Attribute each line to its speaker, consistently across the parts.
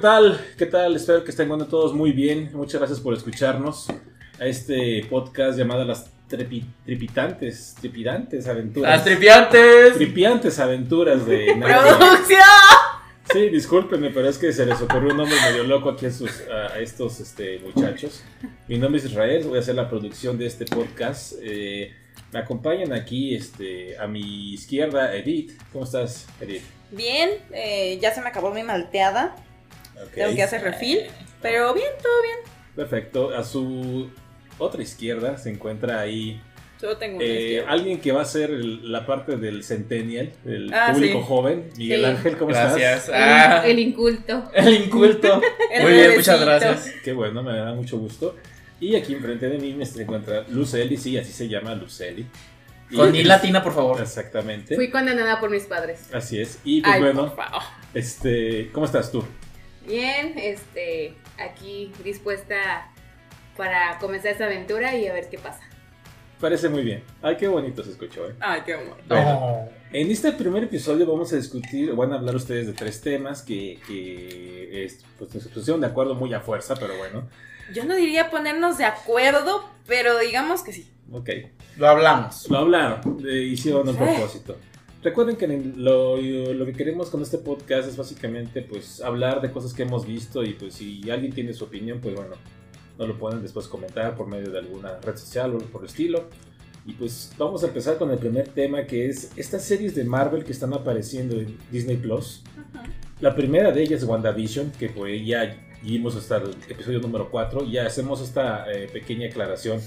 Speaker 1: tal? ¿Qué tal? Espero que estén bueno todos muy bien. Muchas gracias por escucharnos a este podcast llamado Las Trepi- Tripitantes, Tripidantes Aventuras.
Speaker 2: Las tripiantes.
Speaker 1: Tripiantes Aventuras de Nadia.
Speaker 3: ¡Producción!
Speaker 1: Sí, discúlpenme, pero es que se les ocurrió un nombre medio loco aquí a, sus- a estos este, muchachos. Mi nombre es Israel, voy a hacer la producción de este podcast. Eh, me acompañan aquí este, a mi izquierda, Edith. ¿Cómo estás, Edith?
Speaker 3: Bien, eh, ya se me acabó mi malteada.
Speaker 1: Ok.
Speaker 3: Tengo que hacer refil. Pero bien, todo bien.
Speaker 1: Perfecto. A su otra izquierda se encuentra ahí
Speaker 3: Solo tengo una
Speaker 1: eh,
Speaker 2: ah,
Speaker 3: izquierda.
Speaker 1: alguien que va a ser el- la parte del Centennial, el
Speaker 3: Ah,
Speaker 1: público
Speaker 3: sí.
Speaker 1: joven. Miguel
Speaker 3: Sí.
Speaker 1: Ángel, ¿cómo
Speaker 2: Gracias.
Speaker 4: El,
Speaker 2: Ah,
Speaker 4: el inculto.
Speaker 2: el inculto.
Speaker 3: El
Speaker 2: Muy bien, muchas
Speaker 3: nuevecito.
Speaker 2: gracias.
Speaker 1: estás? Qué bueno, me da mucho gusto. Y aquí enfrente de mí me se encuentra Luceli, sí, así se llama Luceli. Y-
Speaker 2: Con mi latina, por favor.
Speaker 1: Exactamente.
Speaker 4: Fui condenada por mis padres.
Speaker 1: Así es. Y pues
Speaker 3: Ay,
Speaker 1: bueno,
Speaker 3: por favor.
Speaker 1: este, ¿cómo estás tú?
Speaker 4: Bien, este, aquí dispuesta para comenzar esta aventura y a ver qué pasa.
Speaker 1: Parece muy bien. Ay, qué bonito se escuchó, ¿eh?
Speaker 3: Ay, qué amor.
Speaker 1: Bueno, En este primer episodio vamos a discutir, van a hablar ustedes de tres temas que, que es- pues, se pusieron de acuerdo muy a fuerza, pero bueno,
Speaker 3: Yo no diría ponernos de acuerdo, pero digamos que sí.
Speaker 1: ok.
Speaker 2: Lo hablamos.
Speaker 1: Lo hablaron, eh, hicieron un
Speaker 3: Sí.
Speaker 1: propósito. Recuerden que en el- lo, lo que queremos con este podcast es básicamente pues hablar de cosas que hemos visto y pues si alguien tiene su opinión, pues bueno, no lo pueden después comentar por medio de alguna red social o algo por el estilo. Y pues vamos a empezar con el primer tema que es estas series de Marvel que están apareciendo en Disney Plus. La primera de ellas es WandaVision, que pues ya vimos hasta el episodio número 4. Ya hacemos esta eh, pequeña aclaración.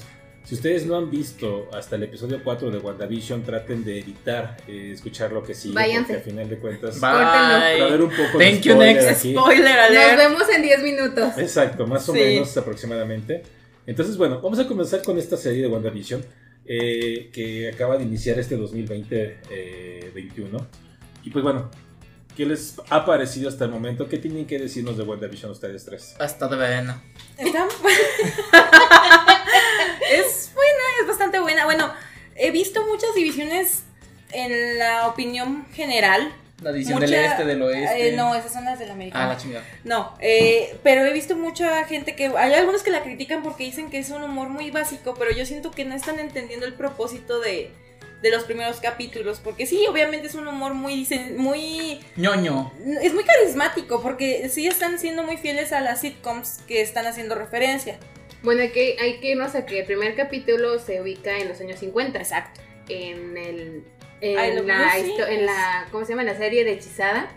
Speaker 1: Si ustedes no han visto hasta el episodio 4 de WandaVision, traten de evitar eh, escuchar lo que sigue.
Speaker 4: Váyanse.
Speaker 1: Porque al final de cuentas va a haber
Speaker 2: Bye.
Speaker 1: un poco de
Speaker 2: Thank you,
Speaker 1: spoiler
Speaker 2: next.
Speaker 1: aquí.
Speaker 3: Spoiler
Speaker 4: Nos
Speaker 3: alert.
Speaker 4: vemos en 10 minutos.
Speaker 1: Exacto, más o
Speaker 3: Sí.
Speaker 1: menos aproximadamente. Entonces, bueno, vamos a comenzar con esta serie de WandaVision eh, que acaba de iniciar este 2020-21. eh, y pues bueno, ¿qué les ha parecido hasta el momento? ¿Qué tienen que decirnos de WandaVision ustedes tres?
Speaker 2: Hasta de verano.
Speaker 3: Está- es buena, es bastante buena. Bueno, he visto muchas divisiones en la opinión general.
Speaker 2: La edición
Speaker 3: Mucha-
Speaker 2: del este, del oeste.
Speaker 3: Eh, no, esas son las de la americana.
Speaker 2: Ah, la chingada.
Speaker 3: No, eh, pero he visto mucha gente que. Hay algunos que la critican porque dicen que es un humor muy básico, pero yo siento que no están entendiendo el propósito de, de los primeros capítulos. Porque sí, obviamente es un humor muy. sen- muy
Speaker 2: ñoño.
Speaker 3: es muy carismático, porque sí están siendo muy fieles a las sitcoms que están haciendo referencia.
Speaker 4: Bueno, hay que, hay que irnos a que el primer capítulo se ubica en los años 50.
Speaker 3: Exacto.
Speaker 4: En el.
Speaker 3: I Love
Speaker 4: En la,
Speaker 3: Lucy.
Speaker 4: histo- en la. ¿Cómo se llama? En La serie de Hechizada.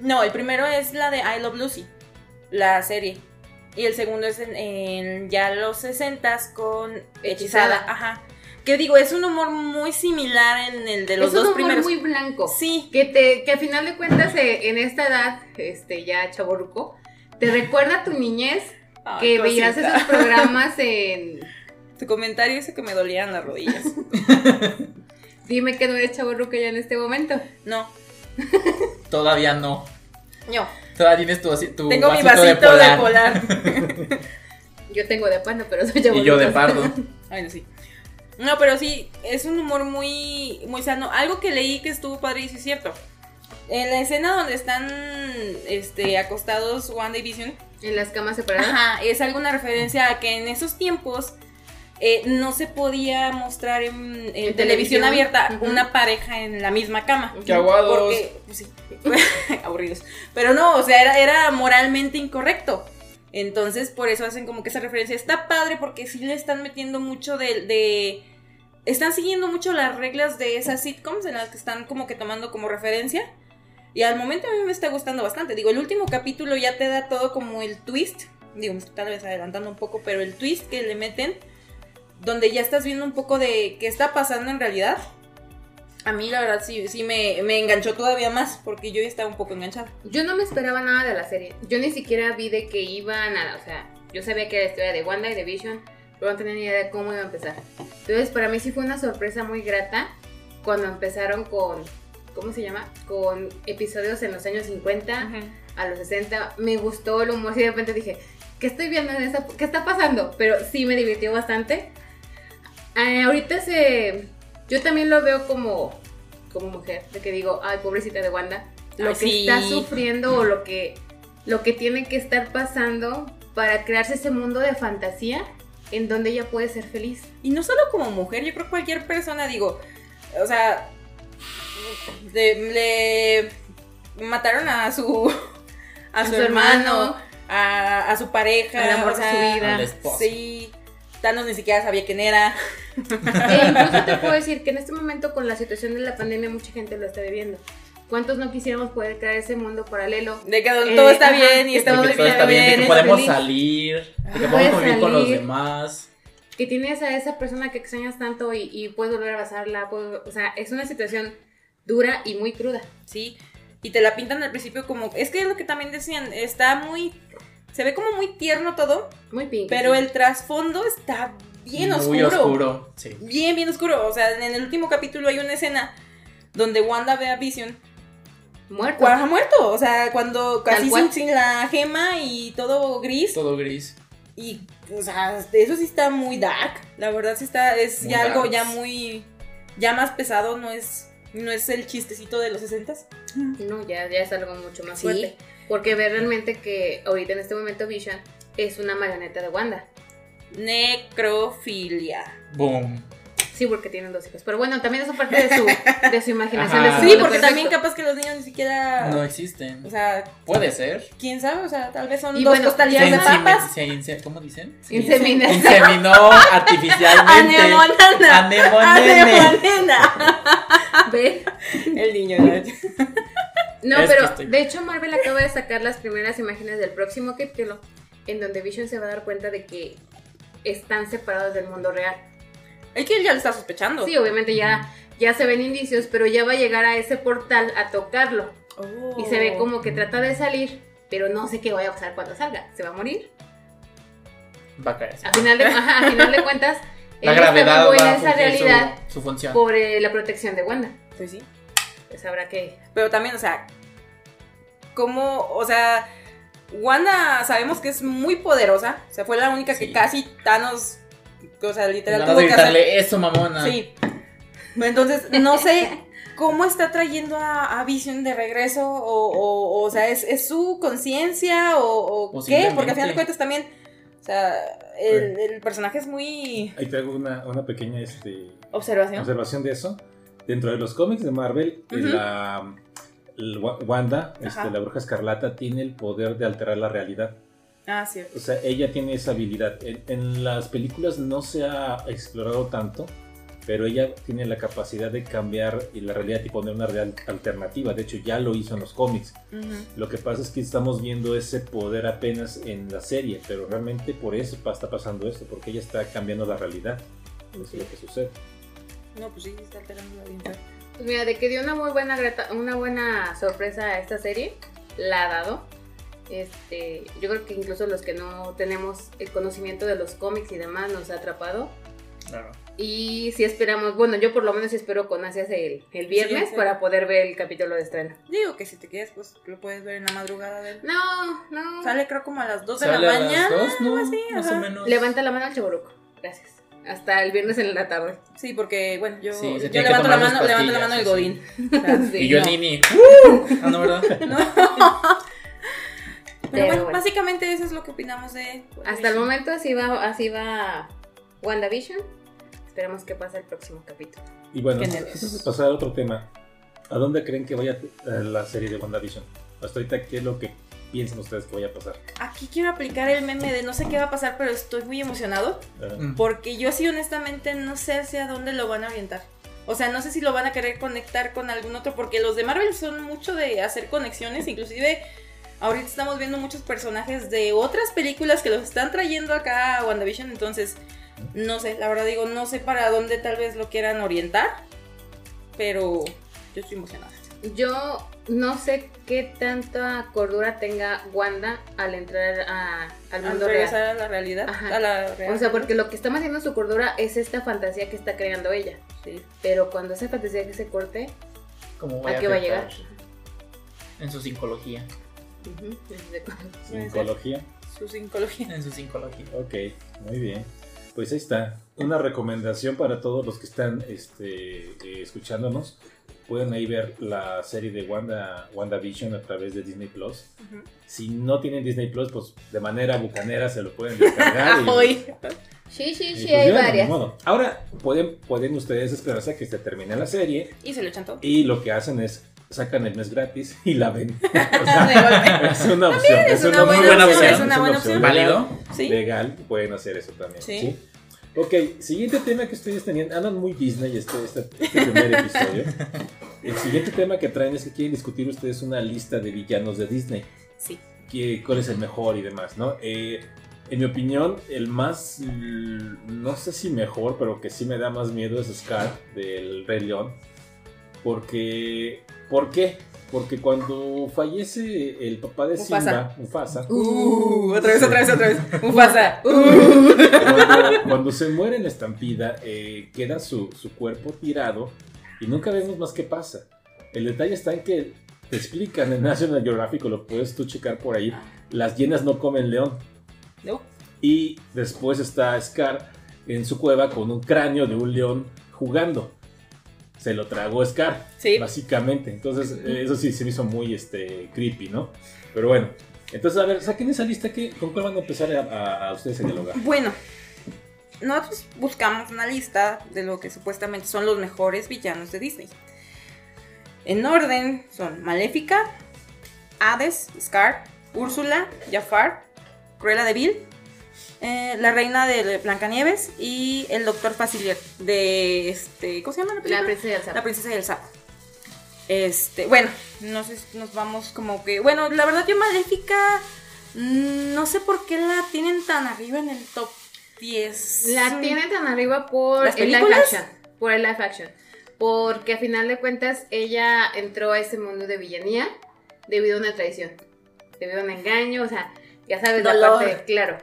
Speaker 3: No, el primero es la de I Love Lucy, la serie. Y el segundo es en, en ya los 60 con Hechizada.
Speaker 4: Hechizada.
Speaker 3: Ajá. Que digo, es un humor muy similar en el de los
Speaker 4: es
Speaker 3: dos
Speaker 4: un humor
Speaker 3: primeros.
Speaker 4: muy blanco.
Speaker 3: Sí,
Speaker 4: Que, te, que al final de cuentas, eh, en esta edad, este, ya chaborruco, te recuerda a tu niñez que veías esos programas en.
Speaker 3: Tu comentario hizo que me dolían las rodillas.
Speaker 4: Dime que no eres chaborruco ya en este momento.
Speaker 3: No,
Speaker 2: Todavía no.
Speaker 3: no.
Speaker 2: Todavía tienes tu, asi- tu
Speaker 3: Tengo mi vasito de
Speaker 2: polar.
Speaker 3: polar.
Speaker 4: Yo tengo de pano, pero soy chaborruco.
Speaker 2: Y yo de pardo.
Speaker 3: Ay, no, sí. No, pero sí, es un humor muy, muy sano. Algo que leí que estuvo padre y sí es cierto. En la escena donde están este, acostados One Division,
Speaker 4: En las camas separadas.
Speaker 3: ajá, es alguna referencia a que en esos tiempos eh, no se podía mostrar en, en
Speaker 4: En
Speaker 3: televisión,
Speaker 4: televisión.
Speaker 3: abierta
Speaker 4: Ujú.
Speaker 3: una pareja en la misma cama.
Speaker 4: Ujú.
Speaker 2: Qué aguados.
Speaker 3: Porque, pues sí, aburridos. Pero no, o sea, era, era moralmente incorrecto. Entonces, por eso hacen como que esa referencia. Está padre porque sí le están metiendo mucho de. de- están siguiendo mucho las reglas de esas sitcoms en las que están como que tomando como referencia. Y al momento a mí me está gustando bastante. Digo, el último capítulo ya te da todo como el twist. Digo, me estoy tal vez adelantando un poco, pero el twist que le meten, donde ya estás viendo un poco de qué está pasando en realidad. A mí la verdad sí, sí me, me enganchó todavía más porque yo ya estaba un poco enganchada.
Speaker 4: Yo no me esperaba nada de la serie. Yo ni siquiera vi de que iban a. O sea, yo sabía que era la historia de Wanda y de Vision, pero no tenía ni idea de cómo iba a empezar. Entonces, para mí sí fue una sorpresa muy grata cuando empezaron con. ¿Cómo se llama? Con episodios en los años 50 a los 60. Me gustó el humor y de repente dije, ¿qué estoy viendo en esa? ¿Qué está pasando? Pero sí me divirtió bastante. Eh, ahorita se. Yo también lo veo como, como mujer, de que digo, ay, pobrecita de Wanda, lo
Speaker 3: Ay,
Speaker 4: que
Speaker 3: sí.
Speaker 4: está sufriendo o lo que lo que tiene que estar pasando para crearse ese mundo de fantasía en donde ella puede ser feliz.
Speaker 3: Y no solo como mujer, yo creo que cualquier persona, digo, o sea, le, le mataron a su, a
Speaker 4: A
Speaker 3: su,
Speaker 4: su
Speaker 3: hermano,
Speaker 4: hermano.
Speaker 3: a, a su pareja,
Speaker 4: Al amor
Speaker 3: o
Speaker 4: de
Speaker 3: sea,
Speaker 4: su vida.
Speaker 2: Al esposo.
Speaker 3: Sí, Thanos ni siquiera sabía quién era.
Speaker 4: E incluso te puedo decir que en este momento con la situación de la pandemia mucha gente lo está viviendo. ¿Cuántos no quisiéramos poder crear ese mundo paralelo?
Speaker 3: De que
Speaker 4: Eh,
Speaker 3: todo está
Speaker 4: ajá,
Speaker 3: bien y
Speaker 4: que
Speaker 3: está
Speaker 4: todo
Speaker 2: de
Speaker 3: muy
Speaker 2: que todo está
Speaker 3: bien,
Speaker 2: bien, de que
Speaker 3: eres
Speaker 2: podemos
Speaker 3: feliz. Ah,
Speaker 2: salir, de que
Speaker 4: Ajá.
Speaker 2: podemos
Speaker 4: Puedes
Speaker 2: convivir con los
Speaker 4: salir.
Speaker 2: demás.
Speaker 4: Que tienes a esa persona que extrañas tanto y, y puedes volver a abrazarla. puedes- o sea, es una situación dura y muy cruda.
Speaker 3: Sí, y te la pintan al principio como, es que es lo que también decían, está muy, se ve como muy tierno todo,
Speaker 4: Muy pink.
Speaker 3: pero el trasfondo está bien
Speaker 2: Muy oscuro. Sí.
Speaker 3: bien, bien oscuro. O sea, en el último capítulo hay una escena donde Wanda ve a Vision.
Speaker 4: Muerto.
Speaker 3: Cuando ha muerto, o sea, cuando
Speaker 4: Tal
Speaker 3: casi
Speaker 4: cual.
Speaker 3: sin, sin la gema y todo gris.
Speaker 2: Todo gris.
Speaker 3: Y, o sea, eso sí está muy dark. La verdad sí está, es
Speaker 2: Muy
Speaker 3: ya algo
Speaker 2: darks.
Speaker 3: ya muy, ya más pesado, no es, no es el chistecito de los 60
Speaker 4: No, ya, ya es algo mucho más
Speaker 3: Sí.
Speaker 4: fuerte. Porque ve realmente que ahorita en este momento Vision es una marioneta de Wanda.
Speaker 3: Necrofilia.
Speaker 2: Boom.
Speaker 4: Sí, porque tienen dos hijos. Pero bueno, también es parte de su, de su imaginación.
Speaker 2: Ajá.
Speaker 4: de su
Speaker 3: sí,
Speaker 4: mundo
Speaker 3: porque
Speaker 4: Ah, perfecto.
Speaker 3: también capaz que los niños ni siquiera,
Speaker 2: No existen.
Speaker 3: o sea,
Speaker 2: Puede ser.
Speaker 3: quién sabe, o sea, tal vez son
Speaker 4: Y
Speaker 3: dos
Speaker 4: bueno,
Speaker 3: costalillas
Speaker 2: Se
Speaker 3: de
Speaker 2: insemi-
Speaker 3: papas.
Speaker 2: se inse- ¿Cómo dicen? Se
Speaker 4: Insemina-
Speaker 2: Inseminó artificialmente.
Speaker 3: Anemonana.
Speaker 2: Anemonene.
Speaker 3: Anemonana.
Speaker 4: Ve.
Speaker 3: El niño. ¿no?
Speaker 4: No,
Speaker 2: Es que
Speaker 4: pero
Speaker 2: estoy-
Speaker 4: de hecho Marvel acaba de sacar las primeras imágenes del próximo capítulo en donde Vision se va a dar cuenta de que están separados del mundo real.
Speaker 3: Es que él ya lo está sospechando.
Speaker 4: Sí, obviamente ya, ya se ven indicios, pero ya va a llegar a ese portal a tocarlo.
Speaker 3: Oh.
Speaker 4: Y se ve como que trata de salir, pero no sé qué vaya a pasar cuando salga. ¿Se va a morir?
Speaker 2: Va a caer.
Speaker 4: A final de, ajá, a final de cuentas,
Speaker 2: La
Speaker 4: él estaba
Speaker 2: gravedad
Speaker 4: en
Speaker 2: va a
Speaker 4: esa
Speaker 2: cumplir su-
Speaker 4: realidad
Speaker 2: su, función.
Speaker 4: por eh, la protección de Wanda.
Speaker 3: Pues sí.
Speaker 4: Pues habrá que...
Speaker 3: Pero también, o sea, como, o sea, Wanda sabemos que es muy poderosa. O sea, fue la única que
Speaker 2: Sí.
Speaker 3: casi Thanos, o sea, literal
Speaker 2: Nada más
Speaker 3: tuvo
Speaker 2: de
Speaker 3: que hacer.
Speaker 2: gritarle eso, mamona.
Speaker 3: Sí. Entonces, no sé cómo está trayendo a, a Vision de regreso, o, o, o sea, ¿es, es su conciencia o, o qué?
Speaker 2: Posiblemente.
Speaker 3: Porque al final de cuentas también, o sea, el, el personaje es muy...
Speaker 1: Ahí traigo una, una pequeña este,
Speaker 3: Observación.
Speaker 1: observación de eso. Dentro de los cómics de Marvel, eh,
Speaker 3: Ujú.
Speaker 1: la, el Wa- Wanda, este,
Speaker 3: Ajá.
Speaker 1: la bruja escarlata, tiene el poder de alterar la realidad.
Speaker 3: Ah, sí.
Speaker 1: O sea, ella tiene esa habilidad. En, en las películas no se ha explorado tanto, pero ella tiene la capacidad de cambiar y la realidad y poner una realidad alternativa. De hecho, ya lo hizo en los cómics.
Speaker 3: Ujú.
Speaker 1: Lo que pasa es que estamos viendo ese poder apenas en la serie, pero realmente por eso pa- está pasando esto, porque ella está cambiando la realidad. Eso es lo que sucede.
Speaker 3: No, pues sí, está alterando la vida.
Speaker 4: Pues mira, de que dio una muy buena grata- una buena sorpresa a esta serie, la ha dado. Este, yo creo que incluso los que no tenemos el conocimiento de los cómics y demás nos ha atrapado.
Speaker 2: Claro.
Speaker 4: Y si esperamos, bueno, yo por lo menos espero con ansias el, el viernes
Speaker 3: Siguiente.
Speaker 4: para poder ver el capítulo de estreno.
Speaker 3: Digo que si te quieres, pues lo puedes ver en la madrugada de él.
Speaker 4: No, no.
Speaker 3: Sale creo como a las 2 de
Speaker 2: Sale
Speaker 3: la
Speaker 2: a las
Speaker 3: mañana.
Speaker 2: dos, ¿no?
Speaker 3: algo así,
Speaker 2: más
Speaker 3: ajá.
Speaker 2: o menos.
Speaker 4: Levanta la mano al chaboruco. Gracias. Hasta el viernes en la tarde.
Speaker 3: Sí, porque bueno, yo,
Speaker 2: Sí, se tiene
Speaker 3: yo
Speaker 2: que
Speaker 3: levanto la
Speaker 2: tomar sus
Speaker 3: mano, levanto la mano del godín.
Speaker 2: pastillas,
Speaker 3: O sea,
Speaker 2: Y yo
Speaker 3: no.
Speaker 2: el nini. ¡Uh! Ah, no, ¿verdad?
Speaker 3: Pero
Speaker 4: Pero
Speaker 3: bueno,
Speaker 4: bueno.
Speaker 3: básicamente eso es lo que opinamos de
Speaker 4: Hasta el momento así va, así va WandaVision. Esperemos que pase el próximo capítulo.
Speaker 1: Y bueno,
Speaker 3: Qué nervios.
Speaker 1: antes de pasar a otro tema, ¿a dónde creen que vaya eh, la serie de WandaVision? Hasta ahorita, ¿qué es lo que piensan ustedes que vaya a pasar?
Speaker 3: Aquí quiero aplicar el meme de no sé qué va a pasar, pero estoy muy emocionado.
Speaker 1: Eh,
Speaker 2: Mm.
Speaker 3: Porque yo sí honestamente no sé hacia dónde lo van a orientar. O sea, no sé si lo van a querer conectar con algún otro, porque los de Marvel son mucho de hacer conexiones, inclusive ahorita estamos viendo muchos personajes de otras películas que los están trayendo acá a WandaVision, entonces no sé, la verdad digo, no sé para dónde tal vez lo quieran orientar, pero yo estoy emocionada.
Speaker 4: Yo no sé qué tanta cordura tenga Wanda al entrar a- al
Speaker 3: Al
Speaker 4: mundo real.
Speaker 3: regresar a la realidad,
Speaker 4: Ajá.
Speaker 3: a la realidad.
Speaker 4: O sea, porque lo que está haciendo su cordura es esta fantasía que está creando ella.
Speaker 3: Sí.
Speaker 4: Pero cuando esa fantasía que se corte,
Speaker 2: ¿Cómo
Speaker 4: ¿a qué va a llegar?
Speaker 2: afectar En su psicología.
Speaker 4: Ujú, desde cuando-
Speaker 3: Puede ser.
Speaker 1: Psicología.
Speaker 3: Su psicología.
Speaker 2: En su psicología.
Speaker 1: Ok, muy bien. Pues ahí está. Una recomendación para todos los que están este, eh, escuchándonos. Pueden ahí ver la serie de Wanda, WandaVision a través de Disney Plus. Si no tienen Disney Plus, pues de manera bucanera se lo pueden descargar. y-
Speaker 3: Hoy.
Speaker 4: Sí,
Speaker 1: y
Speaker 4: sí, sí,
Speaker 1: pues
Speaker 4: hay
Speaker 1: ya, ni
Speaker 4: varias.
Speaker 1: modo. Ahora pueden, pueden ustedes esperarse a que se termine la serie
Speaker 3: Y se lo echan todo.
Speaker 1: y lo que hacen es sacan el mes gratis y la ven. O
Speaker 3: De
Speaker 1: sea,
Speaker 3: golpe.
Speaker 1: es una opción.
Speaker 3: Es una buena,
Speaker 2: muy buena
Speaker 3: opción,
Speaker 2: opción,
Speaker 1: es
Speaker 3: Es una buena
Speaker 1: una
Speaker 3: opción.
Speaker 1: opción.
Speaker 2: ¿Válido?
Speaker 3: Sí.
Speaker 1: legal, pueden hacer eso también.
Speaker 3: Sí.
Speaker 1: Sí. Ok, siguiente tema que ustedes tenían. Andan muy Disney este, este- este primer episodio. El siguiente tema que traen es que quieren discutir ustedes una lista de villanos de Disney.
Speaker 3: Sí.
Speaker 1: Que, ¿Cuál es el mejor y demás, no? Eh, en mi opinión, el más, mm, no sé si mejor, pero que sí me da más miedo es Scar del Rey León. Porque, ¿por qué? Porque cuando fallece el papá de
Speaker 3: Mufasa.
Speaker 1: Simba, Mufasa,
Speaker 3: Uh, otra vez, otra vez, otra vez. Mufasa. Uh.
Speaker 1: cuando, cuando se muere en la estampida, eh, queda su, su cuerpo tirado y nunca vemos más qué pasa. El detalle está en que te explican en National Geographic, o lo puedes tú checar por ahí, las hienas no comen león.
Speaker 3: No.
Speaker 1: Y después está Scar en su cueva con un cráneo de un león jugando. Se lo tragó Scar,
Speaker 3: Sí.
Speaker 1: básicamente. Entonces, eh, eso sí se me hizo muy este, creepy, ¿no? Pero bueno. Entonces, a ver, saquen esa lista que, con cuál van a empezar a, a- a ustedes a dialogar.
Speaker 3: Bueno, nosotros buscamos una lista de lo que supuestamente son los mejores villanos de Disney. En orden son Maléfica, Hades, Scar, Úrsula, Jafar, Cruella de Vil, eh, la reina de Blancanieves y el doctor Facilier de este, ¿cómo se llama la película?
Speaker 4: La princesa del sapo.
Speaker 3: La princesa y el sapo. Este, bueno, no sé si nos vamos como que. Bueno, la verdad, yo Maléfica. mm, No sé por qué la tienen tan arriba en el top Mm, 10.
Speaker 4: La tienen tan arriba por
Speaker 3: ¿Las
Speaker 4: el live
Speaker 3: películas?
Speaker 4: action. Por el live action. Porque a final de cuentas ella entró a ese mundo de villanía debido a una traición. Debido a un engaño, o sea, ya sabes
Speaker 3: Dolor.
Speaker 4: la parte, claro.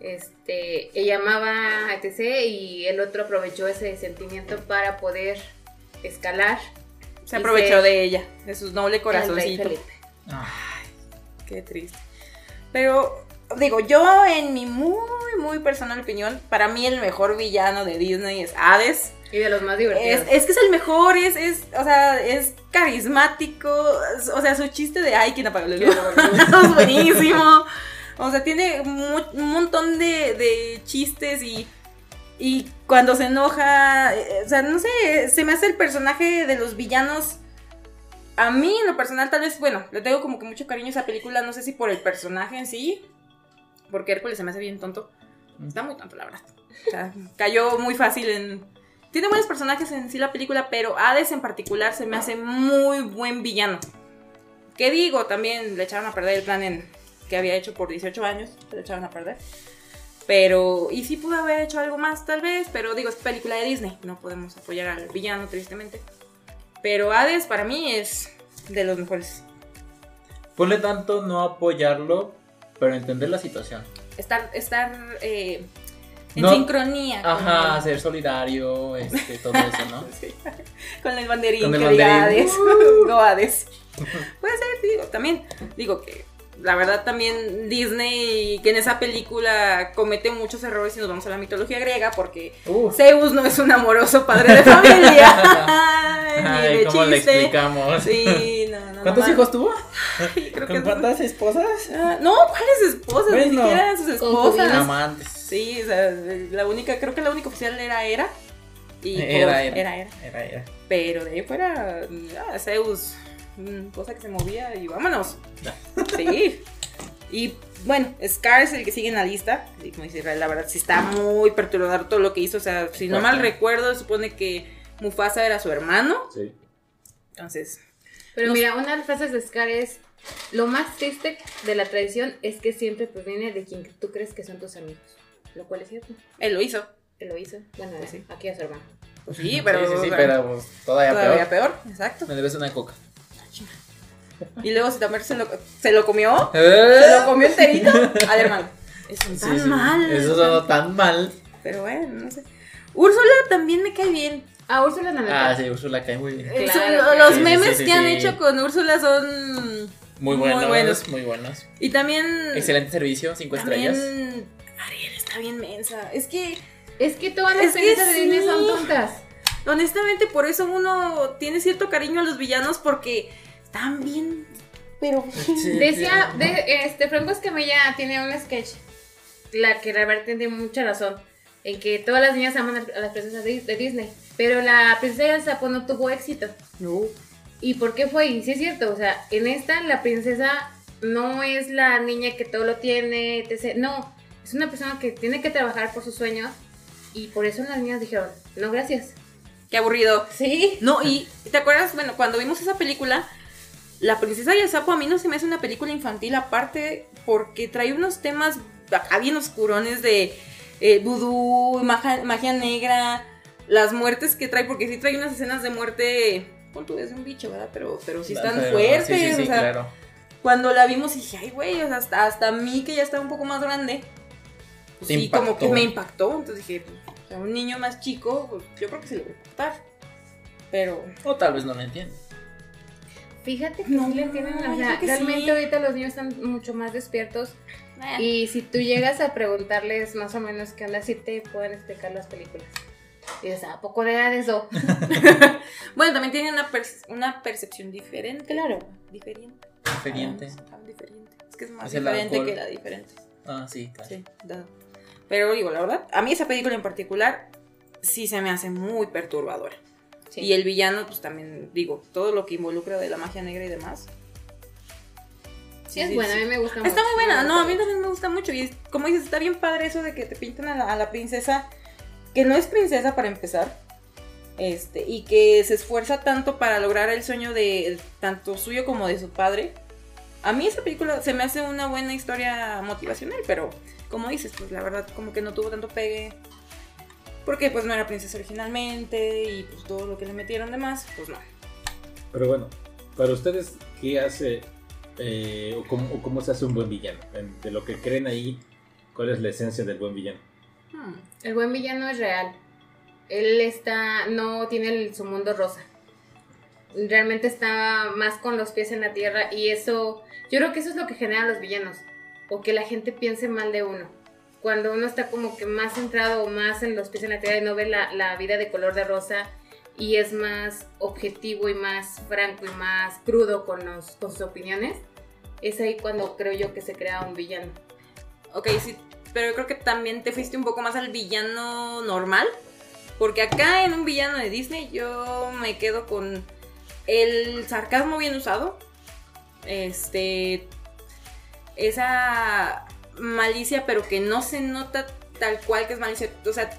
Speaker 4: Este, ella amaba a TC y el otro aprovechó ese sentimiento para poder escalar
Speaker 3: Se aprovechó
Speaker 4: Dice-
Speaker 3: de ella, de su noble
Speaker 4: al rey
Speaker 3: corazoncito.
Speaker 4: Felipe.
Speaker 2: Ah,
Speaker 3: Qué triste. Pero, digo, yo en mi muy, muy personal opinión, para mí el mejor villano de Disney es Hades.
Speaker 4: Y de los más
Speaker 3: Es,
Speaker 4: divertidos.
Speaker 3: es que es el mejor, es, es, o sea, es carismático, es- o sea, su chiste de, ay, ¿quién apagó la luz? es buenísimo. O sea, tiene mu- un montón de, de chistes y, y cuando se enoja, eh, o sea, no sé, se me hace el personaje de los villanos. A mí, en lo personal, tal vez, bueno, le tengo como que mucho cariño a esa película, no sé si por el personaje en sí, porque Hércules se me hace bien tonto. Está muy tonto, la verdad. O sea, cayó muy fácil en. Tiene buenos personajes en sí la película, pero Hades en particular se me hace muy buen villano. ¿Qué digo? También le echaron a perder el plan en- que había hecho por 18 años. Se lo echaron a perder. Pero. Y sí pudo haber hecho algo más, tal vez. Pero digo, es película de Disney. No podemos apoyar al villano, tristemente. Pero Hades para mí es de los mejores.
Speaker 2: Ponle tanto no apoyarlo, pero entender la situación.
Speaker 3: Estar, estar eh, en
Speaker 2: No.
Speaker 3: sincronía. con
Speaker 2: Ajá,
Speaker 3: el-
Speaker 2: ser solidario, este, todo eso, ¿no?
Speaker 3: Con el banderín
Speaker 2: Con el
Speaker 3: que diga
Speaker 2: banderín. Uh.
Speaker 3: Hades. Go Hades. Puede ser, digo, también. Digo que la verdad también Disney, que en esa película comete muchos errores si nos vamos a la mitología griega, porque
Speaker 2: Uh,
Speaker 3: Zeus no es un amoroso padre de familia. Ay, ni
Speaker 2: ay,
Speaker 3: de
Speaker 2: ¿cómo le
Speaker 3: chiste.
Speaker 2: explicamos?
Speaker 3: Sí, no, no. no,
Speaker 2: ¿Cuántos
Speaker 3: no.
Speaker 2: hijos tuvo?
Speaker 3: Sí, creo que
Speaker 2: ¿Con
Speaker 3: es-
Speaker 2: cuántas esposas?
Speaker 3: Ah, no, ¿cuáles esposas? Ni
Speaker 2: Bueno.
Speaker 3: siquiera eran sus
Speaker 4: Concubinas.
Speaker 3: esposas.
Speaker 2: Amantes.
Speaker 3: Sí, o sea, la única, creo que la única oficial era Hera. Y
Speaker 2: Era,
Speaker 3: pues,
Speaker 2: era.
Speaker 3: era Hera.
Speaker 2: Era, era.
Speaker 3: Pero de ahí fuera, ah, Zeus, mm, cosa que se movía y vámonos. Sí. Y bueno, Scar es el que sigue en la lista. Y como dice Israel, la verdad sí está muy perturbador todo lo que hizo. O sea, si no mal
Speaker 2: Fuerte.
Speaker 3: recuerdo, supone que Mufasa era su hermano.
Speaker 1: Sí.
Speaker 3: Entonces,
Speaker 4: Pero
Speaker 3: Los-
Speaker 4: mira, una de las frases de Scar es, lo más triste de la traición es que siempre proviene de quien tú crees que son tus amigos. Lo cual es cierto.
Speaker 3: él lo hizo.
Speaker 4: Él lo hizo. Bueno,
Speaker 3: Pues sí.
Speaker 4: aquí a su hermano.
Speaker 3: Pues sí, pero,
Speaker 2: Sí, sí,
Speaker 3: o
Speaker 2: sí,
Speaker 3: sea,
Speaker 2: pero pues, todavía,
Speaker 3: todavía
Speaker 2: peor.
Speaker 3: peor. Exacto.
Speaker 2: Me debes una coca.
Speaker 3: Y luego si también se lo, se lo comió, se lo
Speaker 2: Eso
Speaker 3: comió enterito al hermano. Es tan mal.
Speaker 2: Eso sonó tan mal.
Speaker 3: Pero bueno, no sé. Úrsula también me cae bien.
Speaker 4: A Úrsula no
Speaker 2: Ah, sí, Úrsula cae muy bien.
Speaker 4: Eh,
Speaker 3: Son-
Speaker 4: Claro,
Speaker 3: los
Speaker 4: sí, sí,
Speaker 3: memes
Speaker 2: sí,
Speaker 3: que han
Speaker 2: sí.
Speaker 3: hecho con Úrsula son
Speaker 2: Muy
Speaker 3: muy
Speaker 2: buenos, muy
Speaker 3: buenos.
Speaker 2: buenos.
Speaker 3: y también
Speaker 2: Excelente servicio, cinco
Speaker 3: también
Speaker 2: estrellas.
Speaker 3: Ariel está bien mensa. Es que
Speaker 4: Es que todas las
Speaker 3: Es que
Speaker 4: películas de Disney
Speaker 3: sí.
Speaker 4: son tontas.
Speaker 3: honestamente por eso uno tiene cierto cariño a los villanos porque están bien, pero
Speaker 2: Sí,
Speaker 4: Decía,
Speaker 2: sí.
Speaker 4: de, este, Franco Escamilla tiene un sketch, la que Robert tiene mucha razón, en que todas las niñas aman a a las princesas de, de Disney, pero la princesa del sapo no tuvo éxito. ¿Y por qué fue? Y sí es cierto, o sea, en esta la princesa no es la niña que todo lo tiene, etc. No, es una persona que tiene que trabajar por sus sueños y por eso las niñas dijeron, no, gracias.
Speaker 3: qué aburrido.
Speaker 4: Sí.
Speaker 3: No, y ¿te acuerdas? Bueno, cuando vimos esa película, La princesa y el sapo a mí no se me hace una película infantil aparte porque trae unos temas acá bien oscurones de eh, vudú, maja- magia negra, las muertes que trae, porque sí trae unas escenas de muerte, pon tú, es un bicho, ¿verdad? Pero, pero sí están
Speaker 2: Ah, Pero-
Speaker 3: fuertes,
Speaker 2: Sí, sí, sí,
Speaker 3: o sea,
Speaker 2: claro.
Speaker 3: cuando la vimos dije, ay, güey, o sea, hasta, hasta a mí que ya estaba un poco más grande, pues
Speaker 2: Te
Speaker 3: sí, como que
Speaker 2: impactó.
Speaker 3: me impactó. Entonces dije, pues, a un niño más chico, pues, yo creo que se le va a impactar. Pero
Speaker 2: O tal vez no lo entiende.
Speaker 4: Fíjate que
Speaker 3: No,
Speaker 4: sí le tienen, o
Speaker 3: yo
Speaker 4: sea,
Speaker 3: creo que
Speaker 4: realmente
Speaker 3: sí.
Speaker 4: ahorita los niños están mucho más despiertos
Speaker 3: y
Speaker 4: y si tú llegas a preguntarles más o menos qué onda, sí te pueden explicar las películas. Y dices, ¿a poco de edad eso?
Speaker 3: bueno, también tiene una, perce- una percepción diferente.
Speaker 4: Claro.
Speaker 3: Diferente.
Speaker 2: Diferente.
Speaker 3: Ah, diferente. Es que es más
Speaker 2: Es el
Speaker 3: diferente
Speaker 2: alcohol.
Speaker 3: que la diferente.
Speaker 2: Ah, sí, claro.
Speaker 3: Sí, dado. Pero digo, la verdad, a mí esa película en particular sí se me hace muy perturbadora.
Speaker 4: Sí.
Speaker 3: Y el villano, pues también, digo, todo lo que involucra de la magia negra y demás.
Speaker 4: Sí, es buena, a mí me gusta
Speaker 3: Está
Speaker 4: mucho.
Speaker 3: muy buena, no, a mí también me gusta mucho. Y es- como dices, está bien padre eso de que te pintan a la, a la princesa, que no es princesa para empezar, este, y que se esfuerza tanto para lograr el sueño de tanto suyo como de su padre. A mí esa película se me hace una buena historia motivacional, pero como dices, pues la verdad como que no tuvo tanto pegue. Porque pues no era princesa originalmente y pues todo lo que le metieron de más, pues no.
Speaker 1: Pero bueno, para ustedes, ¿qué hace eh, o, cómo, o cómo se hace un buen villano? En- De lo que creen ahí, ¿cuál es la esencia del buen villano?
Speaker 3: Hmm.
Speaker 4: El buen villano es real. Él está, no tiene el- su mundo rosa. Realmente está más con los pies en la tierra y eso, yo creo que eso es lo que genera a los villanos. O que la gente piense mal de uno. Cuando uno está como que más centrado o más en los pies en la tierra y no ve la, la vida de color de rosa y es más objetivo y más franco y más crudo con, los, con sus opiniones, es ahí cuando creo yo que se crea un villano.
Speaker 3: Ok, sí, pero yo creo que también te fuiste un poco más al villano normal. Porque acá en un villano de Disney yo me quedo con el sarcasmo bien usado. Este. Esa malicia, pero que no se nota tal cual que es malicia. O sea,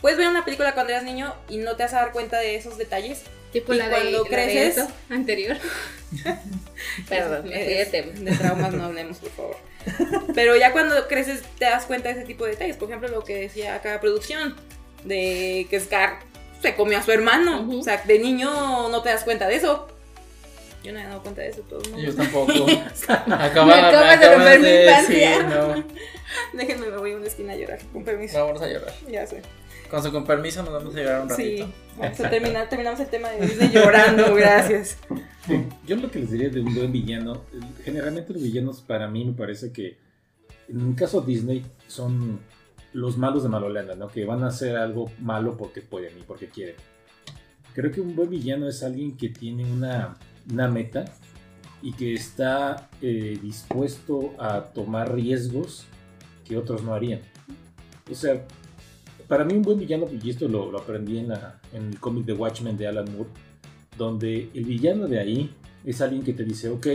Speaker 3: puedes ver una película cuando eras niño y no te vas a dar cuenta de esos detalles.
Speaker 4: Tipo
Speaker 3: Y
Speaker 4: la de,
Speaker 3: cuando
Speaker 4: la de
Speaker 3: creces-
Speaker 4: esto anterior. Perdón, me fui de
Speaker 3: Eh,
Speaker 4: tema.
Speaker 3: de traumas no hablemos, por favor. Pero ya cuando creces te das cuenta de ese tipo de detalles. Por ejemplo, lo que decía acá producción, de que Scar se comió a su hermano.
Speaker 4: Ujú.
Speaker 3: O sea, de niño no te das cuenta de eso. Yo no me he dado cuenta de eso, todo el mundo.
Speaker 2: Yo tampoco.
Speaker 4: Me
Speaker 2: Acaba,
Speaker 4: acabas de romper mi infancia.
Speaker 2: Sí, no.
Speaker 3: Déjenme, me voy a una esquina a llorar, con permiso.
Speaker 2: Vamos a llorar.
Speaker 3: Ya sé.
Speaker 2: Con su con permiso nos vamos a llorar un ratito.
Speaker 3: Sí, vamos a terminar, terminamos el tema de Disney llorando, gracias.
Speaker 1: Yo lo que les diría de un buen villano, eh, generalmente los villanos para mí me parece que, en un caso Disney, son los malos de Malolanda, ¿no? Que van a hacer algo malo porque pueden y porque quieren. Creo que un buen villano es alguien que tiene una, una meta y que está eh, dispuesto a tomar riesgos que otros no harían. O sea, para mí un buen villano, y esto lo, lo aprendí en, la- en el cómic de Watchmen de Alan Moore, donde el villano de ahí es alguien que te dice, ok,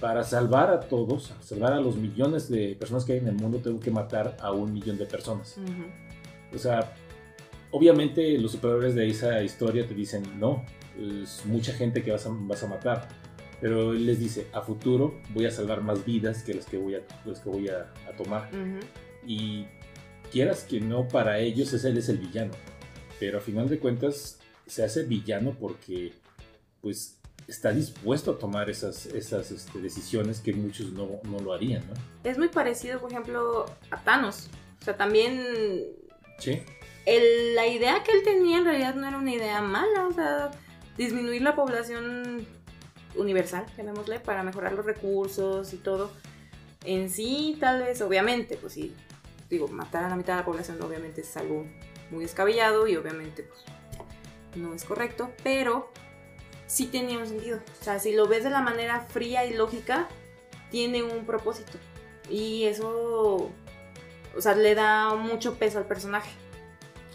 Speaker 1: para salvar a todos, salvar a los millones de personas que hay en el mundo, tengo que matar a un millón de personas. O sea, obviamente los superhéroes de esa historia te dicen, no, es mucha gente que vas a, vas a matar. Pero él les dice, a futuro voy a salvar más vidas que las que voy a, las que voy a- a tomar y quieras que no, para ellos ese él es el villano. Pero a final de cuentas se hace villano porque pues está dispuesto a tomar esas, esas este, decisiones que muchos no, no lo harían, ¿no?
Speaker 3: Es muy parecido, por ejemplo, a Thanos. O sea, también
Speaker 1: Sí.
Speaker 3: el- la idea que él tenía en realidad no era una idea mala, o sea, disminuir la población universal, llamémosle, para mejorar los recursos y todo. En sí, tal vez, obviamente, pues sí, digo, matar a la mitad de la población obviamente es algo muy descabellado y obviamente pues, no es correcto, pero sí tenía un sentido. O sea, si lo ves de la manera fría y lógica, tiene un propósito. Y eso, o sea, le da mucho peso al personaje.